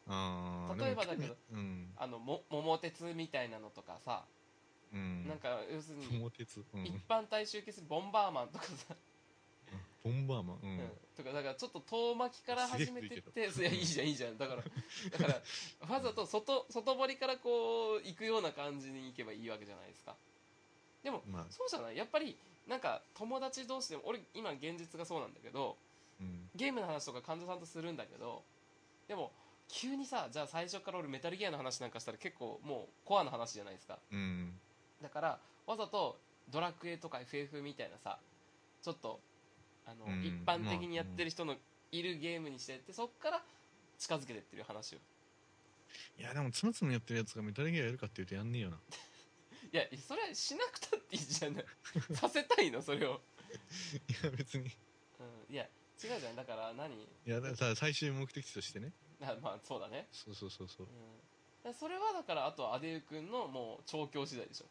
Speaker 2: ああ
Speaker 3: 例えばだけど
Speaker 2: うん
Speaker 3: あのも桃鉄みたいなのとかさ、
Speaker 2: うん
Speaker 3: なんか要するに
Speaker 2: 桃鉄、うん
Speaker 3: 一、般大衆系するボンバーマンとかさ
Speaker 2: ボンバーマン、うん
Speaker 3: とかだからちょっと遠巻きから始めてって
Speaker 2: すげえ
Speaker 3: いや
Speaker 2: 古
Speaker 3: い
Speaker 2: い
Speaker 3: い
Speaker 2: けど
Speaker 3: じゃんいいじゃんだからだからわざと外外堀からこう行くような感じに行けばいいわけじゃないですかでも
Speaker 2: まあ、
Speaker 3: そうじゃないやっぱりなんか友達同士でも俺今現実がそうなんだけど
Speaker 2: うん、
Speaker 3: ゲームの話とか患者さんとするんだけどでも急にさじゃあ最初から俺メタルギアの話なんかしたら結構もうコアな話じゃないですか
Speaker 2: うん、
Speaker 3: だからわざとドラクエとか FF みたいなさちょっとあの、
Speaker 2: うん
Speaker 3: 一般的にやってる人のいるゲームにしてってそっから近づけてってる話を
Speaker 2: いやでもつむつむやってるやつがメタルギアやるかって言うとやんねえよない
Speaker 3: やそれはしなくたっていいじゃない させたいのそれを、
Speaker 2: いや別にい
Speaker 3: うん、いや違うじゃんだから何
Speaker 2: やだから最終目的地としてね
Speaker 3: あまあそうだね、
Speaker 2: そうそうそうそう
Speaker 3: うん、らそれはだからあとはアデュー君のもう調教次第でしょ、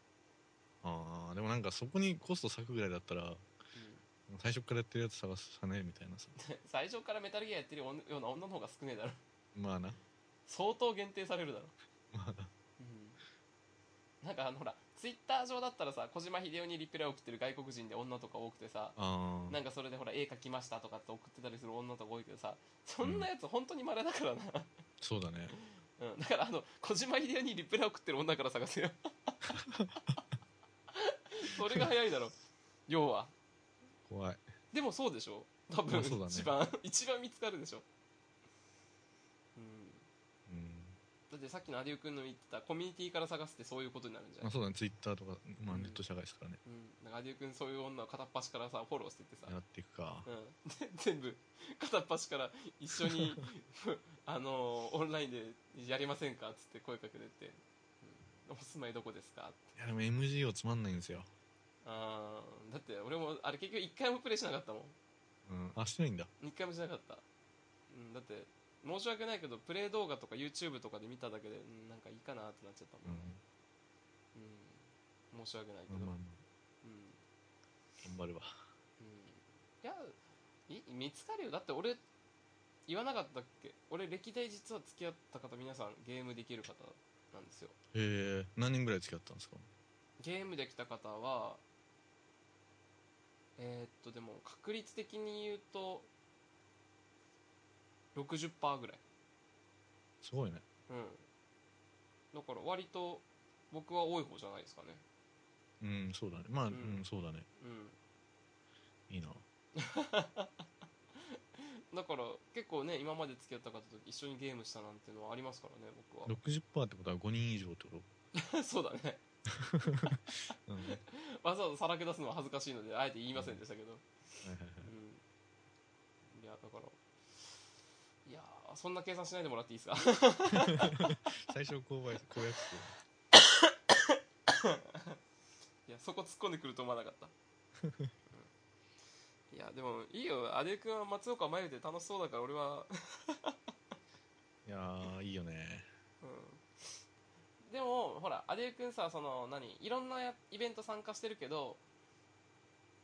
Speaker 2: ああでもなんかそこにコスト割くぐらいだったら最初からやってるやつ探さねえみたいなさ
Speaker 3: うん 最初からメタルギアやってるような女の方が少ねえだろ
Speaker 2: まあな
Speaker 3: 相当限定されるだろ、
Speaker 2: まあな
Speaker 3: うん、なんかあのほらツイッター上だったらさ小島秀夫にリプライ送ってる外国人で女とか多くてさ
Speaker 2: あ
Speaker 3: なんかそれでほら絵描きましたとかって送ってたりする女とか多いけどさそんなやつ本当に稀だからな、
Speaker 2: そうだね
Speaker 3: うん、だからあの小島秀夫にリプライ送ってる女から探せ よそれが早いだろ要は
Speaker 2: 怖い
Speaker 3: でもそうでしょ多分、
Speaker 2: まあそうだね
Speaker 3: 一番一番見つかるでしょ、うん、
Speaker 2: うん
Speaker 3: だってさっきのアデュー君の言ってたコミュニティから探すってそういうことになるんじゃな
Speaker 2: まあ
Speaker 3: い、
Speaker 2: そうだねツイッターとか、まあ、
Speaker 3: うん
Speaker 2: ネット社会ですからね、
Speaker 3: うん、なんかアデュー君そういう女を片っ端からさフォローしてってさ、
Speaker 2: やっていくか
Speaker 3: うん、で全部片っ端から一緒に あのオンラインでやりませんかっつって声かけてって、うん、お住まいどこですかって
Speaker 2: いやでも MGO つまんないんですよ
Speaker 3: あーだって俺もあれ結局一回もプレイしなかったも
Speaker 2: うんあしてないんだ
Speaker 3: ん一回もしなかった、うん、だって申し訳ないけどプレイ動画とか YouTube とかで見ただけで、うん、なんかいいかなってなっちゃった
Speaker 2: う
Speaker 3: もん、
Speaker 2: ん
Speaker 3: うん申し訳ないけど、
Speaker 2: まあまあまあ
Speaker 3: うん
Speaker 2: 頑張るわ
Speaker 3: うんいやい見つかるよだって俺言わなかったっけ俺歴代実は付き合った方皆さんゲームできる方なんですよ
Speaker 2: へえ何人ぐらい付き合ったんですか
Speaker 3: ゲームできた方はえーっとでも確率的に言うと60%ぐらい
Speaker 2: すごいね
Speaker 3: うんだから割と僕は多い方じゃないですかね
Speaker 2: うんそうだねまあ、う
Speaker 3: うんん
Speaker 2: そうだね
Speaker 3: う
Speaker 2: いいなん
Speaker 3: だから結構ね今まで付き合った方と一緒にゲームしたなんてのはありますからね僕は
Speaker 2: 60%ってことは5人以上ってこ
Speaker 3: そうだね
Speaker 2: と うんはいはい
Speaker 3: わざわざさらけ出すのは恥ずかしいのであえて言いませんでしたけど、
Speaker 2: はい
Speaker 3: うん、いやだからいやーそんな計算しないでもらっていい ですか
Speaker 2: 最初こうやこうやってて
Speaker 3: いやそこ突っ込んでくると思わなか った、うんいやでもいいよ阿出君は松岡真優で楽しそうだから俺は、
Speaker 2: いやーいいよね
Speaker 3: うん、でもほら阿出君さその何いろんなやイベント参加してるけど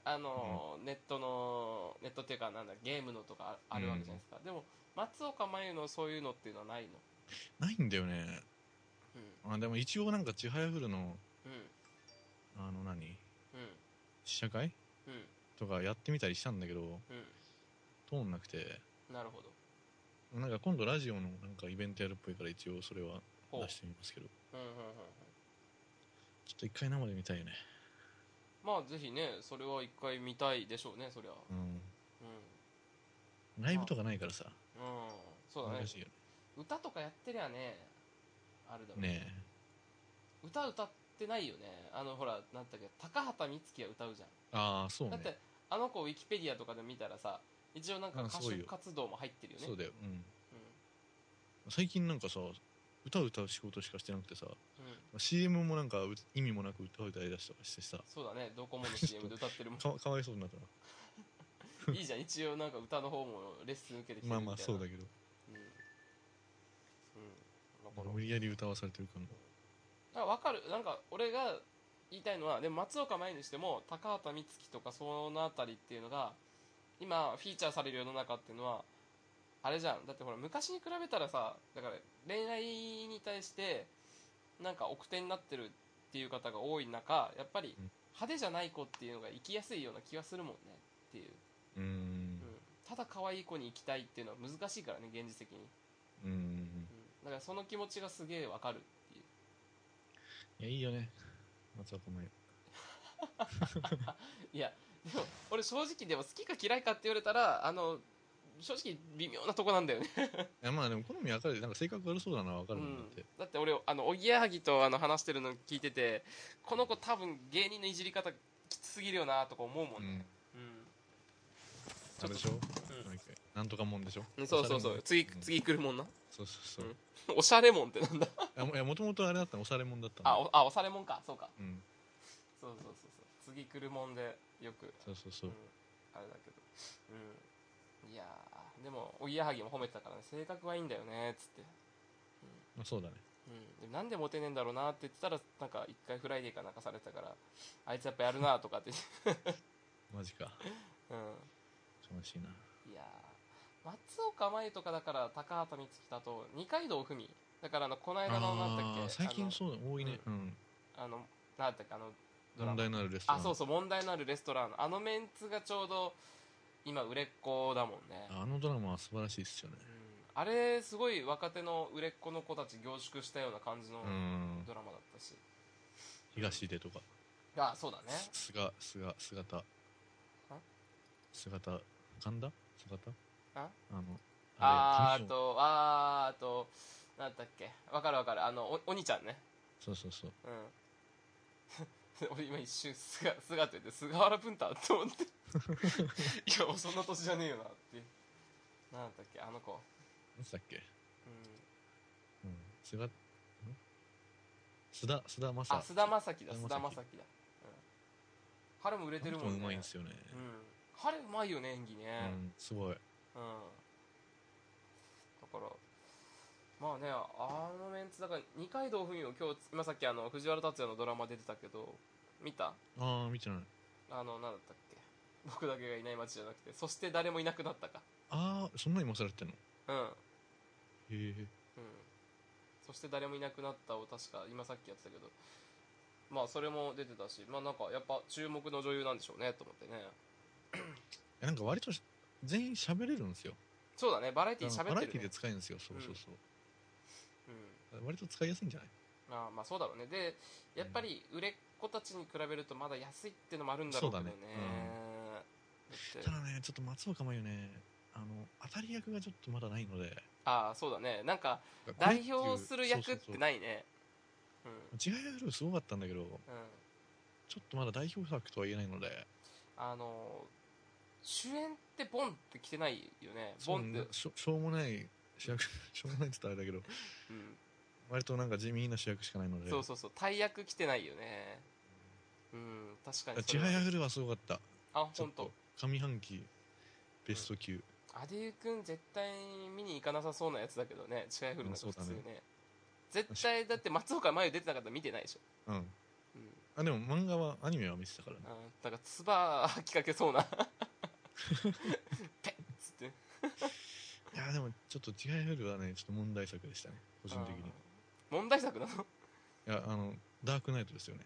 Speaker 3: あのー、ネットのネットっていうかなんだゲームのとかああるわけじゃないですか、でも松岡真優のそういうのっていうのはないの
Speaker 2: ないんだよね
Speaker 3: うん
Speaker 2: あでも一応なんかちはやふるの
Speaker 3: う
Speaker 2: あの何
Speaker 3: ん
Speaker 2: 試写会
Speaker 3: うん
Speaker 2: とかやってみたりしたんだけど
Speaker 3: うん
Speaker 2: 通んなくて
Speaker 3: うんなるほど
Speaker 2: なんか今度ラジオのなんかイベントやるっぽいから一応それは
Speaker 3: ほう
Speaker 2: 出してみますけど
Speaker 3: うんうんうんうん
Speaker 2: ちょっと一回生で見たいよね
Speaker 3: まあぜひねそれは一回見たいでしょうねそりゃ
Speaker 2: うん
Speaker 3: う
Speaker 2: ライブとかないからさ
Speaker 3: んうんそうだね
Speaker 2: 難しいよ
Speaker 3: 歌とかやってりゃねあるだろう
Speaker 2: ねね
Speaker 3: 歌歌ってないよねあのほらなんだっけ高畑充希は歌うじゃん、
Speaker 2: えああそう
Speaker 3: だっ
Speaker 2: ね
Speaker 3: てあの子ウィキペディアとかで見たらさ一応なんか
Speaker 2: うん
Speaker 3: 歌
Speaker 2: すごい
Speaker 3: 手
Speaker 2: よ
Speaker 3: 活動も入ってるよね
Speaker 2: そうだようん
Speaker 3: う
Speaker 2: 最近なんかさ歌を歌う仕事しかしてなくてさ
Speaker 3: ん、うん、
Speaker 2: CM もなんかう意味もなく歌を歌いだしたりしてさ
Speaker 3: そうだねドコモの CM で歌ってるもん
Speaker 2: かかわいそうになったない
Speaker 3: いじゃん 一応なんか歌の方もレッスン受けてきて
Speaker 2: まあ
Speaker 3: る
Speaker 2: まあ
Speaker 3: みたいな
Speaker 2: そうだけど
Speaker 3: うん、うん、だから
Speaker 2: 無理やり歌わされてる感
Speaker 3: あ分かるなんか俺が言いたいのはでも松岡茉優にしても高畑充希とかそのあたりっていうのが今フィーチャーされる世の中っていうのはあれじゃんだってほら昔に比べたらさだから恋愛に対してなんか奥手になってるっていう方が多い中やっぱり
Speaker 2: うん
Speaker 3: 派手じゃない子っていうのが生きやすいような気がするもんねっていう、
Speaker 2: うーん
Speaker 3: うんただ可愛い子に行きたいっていうのは難しいからね現実的に、
Speaker 2: うーん
Speaker 3: うん、だからその気持ちがすげえわかるっていう
Speaker 2: いやいいよね松岡茉優
Speaker 3: いやでも俺正直でも好きか嫌いかって言われたらあの正直微妙なとこなんだよね
Speaker 2: いやまあでも好み分かるでなんか性格悪そうだな分かるもんだって、
Speaker 3: だって俺あのおぎやはぎとあの話してるの聞いててこの子多分芸人のいじり方きつすぎるよなとか思うも
Speaker 2: うん
Speaker 3: ねうん、
Speaker 2: あれでしょ、
Speaker 3: うん
Speaker 2: なんかなんとかもんでしょ
Speaker 3: うんそうそうそう
Speaker 2: おしゃれもん
Speaker 3: 次
Speaker 2: うん
Speaker 3: 次来るもんな
Speaker 2: そうそうそう、
Speaker 3: うんおしゃれもんってなんだ
Speaker 2: あもいやもともとあれだったのおされもんだったの
Speaker 3: あおあおされもんかそうか
Speaker 2: うん
Speaker 3: そうそうそうそう次来るもんでよく
Speaker 2: そうそうそう、
Speaker 3: うんあれだけどうんいやーでもおぎやはぎも褒めてたからね性格はいいんだよねっつって
Speaker 2: まあ、そうだね
Speaker 3: うんうん、でもなんでモテねえんだろうなって言ってたらなんか一回フライデーかなんかされてたからあいつやっぱやるなとかって、
Speaker 2: マジか
Speaker 3: う、
Speaker 2: 悲しいなん
Speaker 3: いやー松岡茉優とかだから高畑充希だと二階堂ふみだからあのこの間のなんだっ
Speaker 2: あー
Speaker 3: け
Speaker 2: 最
Speaker 3: あ
Speaker 2: 近
Speaker 3: の
Speaker 2: そうだ多いね、うん、
Speaker 3: あのなんだったっけあのドラ
Speaker 2: 問
Speaker 3: マ
Speaker 2: 題のあるレストラン
Speaker 3: あそうそう問題のあるレストランあのメンツがちょうど今売れっ子だもんね
Speaker 2: あのドラマは素晴らしいですよね
Speaker 3: うんあれすごい若手の売れっ子の子たち凝縮したような感じの
Speaker 2: うん
Speaker 3: ドラマだったし、
Speaker 2: 東出とか
Speaker 3: あそうだね
Speaker 2: 菅菅姿姿神田姿
Speaker 3: あ
Speaker 2: あの
Speaker 3: あ
Speaker 2: れ
Speaker 3: ーあ
Speaker 2: 神尾
Speaker 3: とあーあとなんだっけわかるわかるあのおお兄ちゃんね
Speaker 2: そうそうそう
Speaker 3: うん 俺今一瞬菅菅って言って菅原文太って思っ ていやもうそんな年じゃねえよなってなんだっけあの子、
Speaker 2: 何だっけ、
Speaker 3: う
Speaker 2: うん、菅ん須田須田
Speaker 3: ん、あ
Speaker 2: 正
Speaker 3: 菅田将暉
Speaker 2: 菅
Speaker 3: だ菅
Speaker 2: 田将暉
Speaker 3: 田将暉だ、うん、彼も売れてるもんね
Speaker 2: うまいんですよね、
Speaker 3: うん、彼うまいよね演技ね
Speaker 2: うんすごい
Speaker 3: うん、だからまあねあのメンツだから二階堂ふみも今日今さっきあの藤原竜也のドラマ出てたけど見た
Speaker 2: ああ見てない
Speaker 3: あのなんだったっけ僕だけがいない街じゃなくてそして誰もいなくなったか
Speaker 2: ああそんなに今更やってんのへ
Speaker 3: うんうん
Speaker 2: え
Speaker 3: そして誰もいなくなったを確か今さっきやってたけどまあそれも出てたしまあなんかやっぱ注目の女優なんでしょうねと思ってね
Speaker 2: えなんか割とし全員喋れるんですよ
Speaker 3: そうだねバラエティー
Speaker 2: あのバ
Speaker 3: 喋
Speaker 2: ラ
Speaker 3: っ
Speaker 2: エ
Speaker 3: て
Speaker 2: ティ
Speaker 3: る、ね
Speaker 2: で、使えるんですよそうそうそう、
Speaker 3: うん
Speaker 2: 割と使いやすいんじゃない
Speaker 3: ああまあそうだろうねでやっぱり売れっ子たちに比べるとまだ安いってのもあるんだろうけどね
Speaker 2: そうだね
Speaker 3: だって
Speaker 2: ただねちょっと松岡真優ねあの当たり役がちょっとまだないので
Speaker 3: ああそうだねなんか代表する役って
Speaker 2: い
Speaker 3: ないねうん
Speaker 2: 違うルールすごかったんだけど
Speaker 3: うん
Speaker 2: ちょっとまだ代表作とは言えないので
Speaker 3: あの主演ってボンって来てないよね
Speaker 2: そ
Speaker 3: ボ
Speaker 2: う
Speaker 3: ンって
Speaker 2: なしょしょうもない主役 しょうもないって言ったらあれだけど
Speaker 3: うん
Speaker 2: 割となんか地味な主役しかないので
Speaker 3: そうそうそう大役来てないよねうん確かにそ
Speaker 2: ち
Speaker 3: れは
Speaker 2: はやふるはすごかった
Speaker 3: あ
Speaker 2: ちょっ
Speaker 3: 本当
Speaker 2: と。上半期ベスト級、
Speaker 3: アデュー君絶対見に行かなさそうなやつだけどね違いふ
Speaker 2: う
Speaker 3: るの
Speaker 2: ん
Speaker 3: と
Speaker 2: そう
Speaker 3: 普
Speaker 2: だね
Speaker 3: 通ね絶対だって松岡真優出てなかったら見てないでしょ、
Speaker 2: うん
Speaker 3: うん、
Speaker 2: あでも漫画はアニメは見てたからね
Speaker 3: あーだから唾吐きかけそうな ペッつって
Speaker 2: いやでもちょっとちはやふるはねちょっと問題作でしたね個人的にい
Speaker 3: あー問題作なの
Speaker 2: やあのダークナイトですよね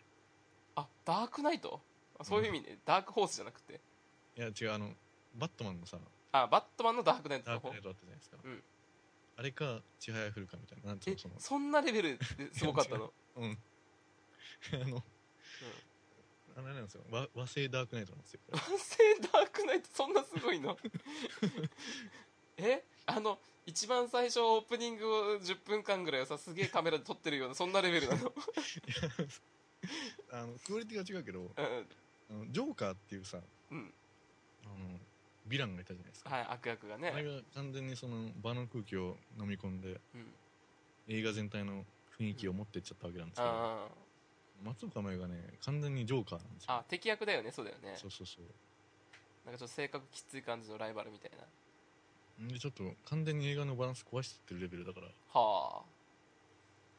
Speaker 3: あダークナイトあそういう意味で、ダークホースじゃなくて
Speaker 2: いや違うあのバットマンのさ
Speaker 3: あバットマンのダークナイト
Speaker 2: ダ
Speaker 3: の
Speaker 2: ーク
Speaker 3: 方
Speaker 2: ナイトあったじゃないですか、
Speaker 3: うん
Speaker 2: あれかちはやふるかみたいななんていう
Speaker 3: え
Speaker 2: のその
Speaker 3: そんなレベルですごかったの、
Speaker 2: うん あのあのあれなんですよ和和製ダークナイトなんです よ
Speaker 3: うん、男性ダークナイトそんなすごいの えあの一番最初オープニングを10分間ぐらいをさすげえカメラで撮ってるようなそんなレベルな の、
Speaker 2: あのクオリティが違うけど
Speaker 3: う
Speaker 2: あのジョーカーっていうさ
Speaker 3: んうん、
Speaker 2: あのヴィランがいたじゃないですか、
Speaker 3: はい悪役がね
Speaker 2: あれが完全にその場の空気を飲み込んで
Speaker 3: うん、
Speaker 2: 映画全体の雰囲気を持ってっちゃったわけなんですけど、
Speaker 3: あー
Speaker 2: 松岡茉優がね完全にジョーカーなんですよ
Speaker 3: あ敵役だよねそうだよね
Speaker 2: そうそうそう
Speaker 3: なんかちょっと性格きつい感じのライバルみたいな
Speaker 2: でちょっと完全に映画のバランス壊してってるレベルだから、
Speaker 3: は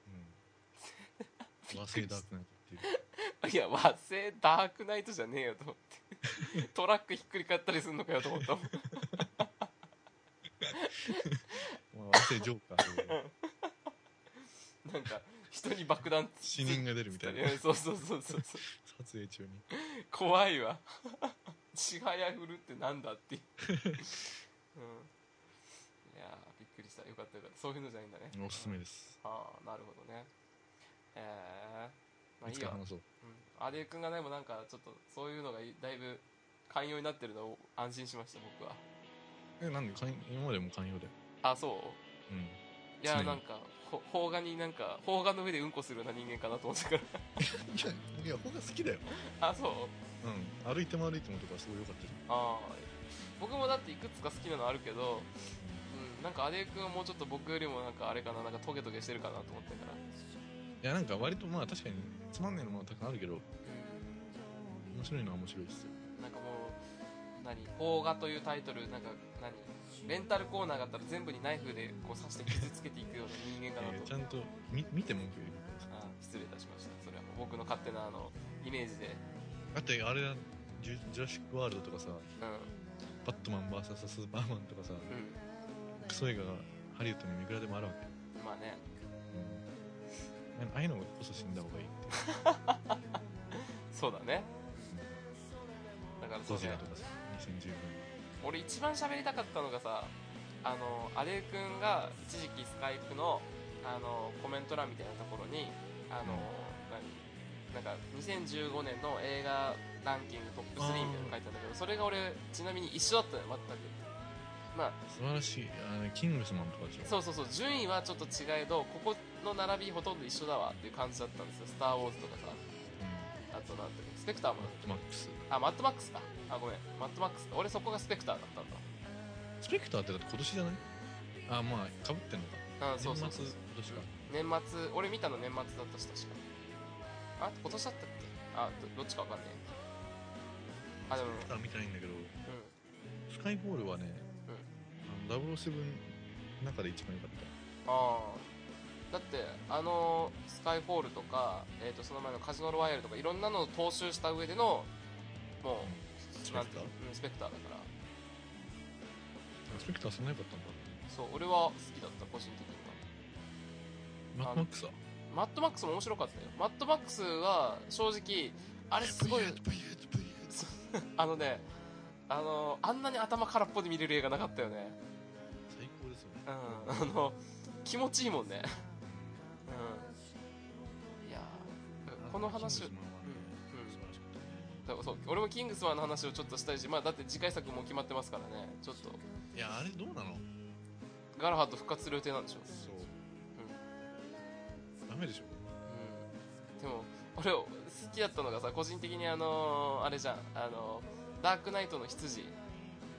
Speaker 2: うん、和製ダークナイトっていう
Speaker 3: あいや和製ダークナイトじゃねえよと 思ってトラックひっくり返ったりするのかよと思ったもん
Speaker 2: まあ和製ジョーカー で
Speaker 3: なんか人に爆弾
Speaker 2: 死人が出るみたいな
Speaker 3: うんそうそうそうそうそう
Speaker 2: 撮影中に
Speaker 3: 怖いわちはやふるってなんだっていう、うん、いやーびっくりしたよかったよかったそういうのじゃないんだね
Speaker 2: おすすめです
Speaker 3: ああなるほどねええまあ
Speaker 2: い
Speaker 3: いい
Speaker 2: つか
Speaker 3: よ
Speaker 2: 話そう
Speaker 3: うん、アデ君がねもうなんかちょっとそういうのがいだいぶ寛容になってるのを安心しました僕は
Speaker 2: えなんで寛今までも寛容だよ
Speaker 3: あそう
Speaker 2: うん
Speaker 3: いや
Speaker 2: 常に
Speaker 3: なんかほ邦画になんか邦画の上でうんこするような人間かなと思ったか
Speaker 2: いやいや僕が好きだよ
Speaker 3: ら あそう
Speaker 2: うん歩いても歩いてもとかすごい良かったじ
Speaker 3: ああ僕もだっていくつか好きなのあるけど、うん、なんかアデ君はもうちょっと僕よりもなんかあれかななんかトゲトゲしてるかなと思ったから
Speaker 2: ゃんいやなんか割とまあ確かにつまんねえのもたくさんあるけど面白いのは面白いですよ
Speaker 3: なんかもう何邦画というタイトルなんか何レンタルコーナーがあったら全部にナイフでこう刺して傷つけていくような人間かな
Speaker 2: えー
Speaker 3: と思って
Speaker 2: ちゃんととみ見て文句言う
Speaker 3: あ失礼いたしましたそれはもう僕の勝手なあのイメージで
Speaker 2: だってあれだジュジュラシック・ワールドとかさ
Speaker 3: うん
Speaker 2: バットマン VS スーパーマンとかさ
Speaker 3: う
Speaker 2: クソ映画がハリウッドにいくらでもあるわけ、
Speaker 3: んまあね
Speaker 2: うん、ああいうのこそ死んだ方がいいって
Speaker 3: そうだねだからそ
Speaker 2: ゴ
Speaker 3: う
Speaker 2: ジ
Speaker 3: ね
Speaker 2: ラとかさ2010
Speaker 3: 俺一番喋りたかったのがさあのアレイ君が一時期スカイプのあのコメント欄みたいなところにあの何なんか2015年の映画ランキングトップ3みたいなの書いてあるんだけどそれが俺ちなみに一緒だったのよ全くまあ
Speaker 2: 素晴らしいあのキングスマンとかでしょ
Speaker 3: そうそうそう順位はちょっと違えどここの並びほとんど一緒だわっていう感じだったんですよ「スター・ウォーズ」とかさ
Speaker 2: う
Speaker 3: あとなんていうのスペクターも
Speaker 2: んマッドマックス
Speaker 3: あマットマックスかあごめんマットマックスか俺そこがスペクターだったんだ
Speaker 2: スペクターってだって今年じゃないあまあかぶってんのか
Speaker 3: うんそうそうそう
Speaker 2: 年末今年か
Speaker 3: 年末俺見たの年末だったし確かあ今年だったっけあどどっちか分かんねえあでも
Speaker 2: あ見たいんだけど
Speaker 3: う
Speaker 2: スカイボールはね、あの007の中で一番良かった
Speaker 3: んああだってあのスカイフォールとか、えー、とその前のカジノロワイヤルとかいろんなのを踏襲した上でのも
Speaker 2: ス
Speaker 3: う
Speaker 2: ペ
Speaker 3: なん
Speaker 2: ク
Speaker 3: て
Speaker 2: ター
Speaker 3: いうのうんスペクターだから
Speaker 2: スペクターそんな良かったんだ
Speaker 3: そう俺は好きだった個人的に
Speaker 2: マッド
Speaker 3: は
Speaker 2: マックスは
Speaker 3: マットマックスも面白かったよマットマックスは正直あれすごいあのねあのあんなに頭空っぽで見れる映画なかったよね
Speaker 2: 最高ですよね
Speaker 3: うんあの気持ちいいもんねうんいやーこの話を
Speaker 2: キングスマンはね
Speaker 3: うん
Speaker 2: 素晴らしかったね
Speaker 3: だからそう俺もキングスマンの話をちょっとしたいし、まあ、だって次回作も決まってますからねちょっと
Speaker 2: いやあれどうなの
Speaker 3: ガラハと復活する予定なんでしょ
Speaker 2: そう、ダメでしょ
Speaker 3: うんでも俺好きだったのがさ個人的にあのーあれじゃんあのーダークナイトの執事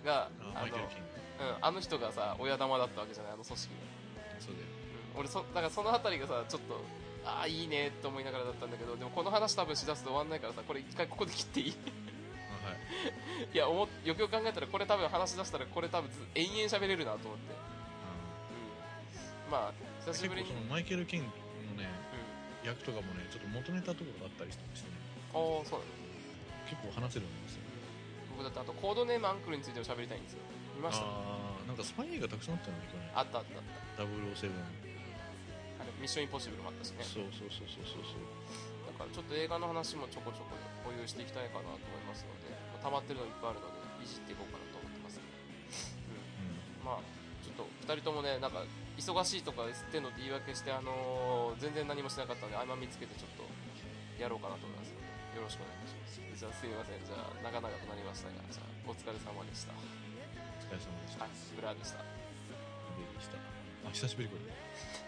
Speaker 3: が
Speaker 2: あマ
Speaker 3: あ
Speaker 2: イ
Speaker 3: の
Speaker 2: ケル・キング
Speaker 3: うん、あの人がさ親玉だったわけじゃないあの組織の、
Speaker 2: そうだよ
Speaker 3: うん、俺そだからその辺りがさちょっとああいいねと思いながらだったんだけどでもこの話多分しだすと終わんないからさこれ一回ここで切っていい
Speaker 2: あはい
Speaker 3: いや思っよくよく考えたらこれ多分話し出したらこれ多分ず延々喋れるなと思って、
Speaker 2: あ
Speaker 3: うん、まあ久
Speaker 2: 結
Speaker 3: しぶり
Speaker 2: 構そう
Speaker 3: に、
Speaker 2: の
Speaker 3: ん、
Speaker 2: マイケル・キングのね役とかもねちょっと元ネタとかがあったりしてね
Speaker 3: おおそうなんだ
Speaker 2: 結構話せるんですよ
Speaker 3: 僕だってあとコードネームアンクルについても喋りたいんですよ見ました
Speaker 2: ああなんかスパイ映画たくさんあったよね去年
Speaker 3: あったあったあった
Speaker 2: 007
Speaker 3: あれミッションインポッシブルもあったしね
Speaker 2: そうそうそうそうそうそう
Speaker 3: だからちょっと映画の話もちょこちょこ保有していきたいかなと思いますので、まあ、溜まってるのいっぱいあるのでいじっていこうかなと思ってます、う
Speaker 2: う
Speaker 3: ん、まあちょっと2人ともねなんか忙しいとか言ってんのって言い訳して、あのー全然何もしなかったので合間見つけてちょっとやろうかなと思いますのでよろしくお願いしますじゃあすいませんじゃあ長々となりましたがじゃあお疲れ様でした
Speaker 2: んお疲れ様でした
Speaker 3: あブラーでした
Speaker 2: でしたあ久しぶりこれ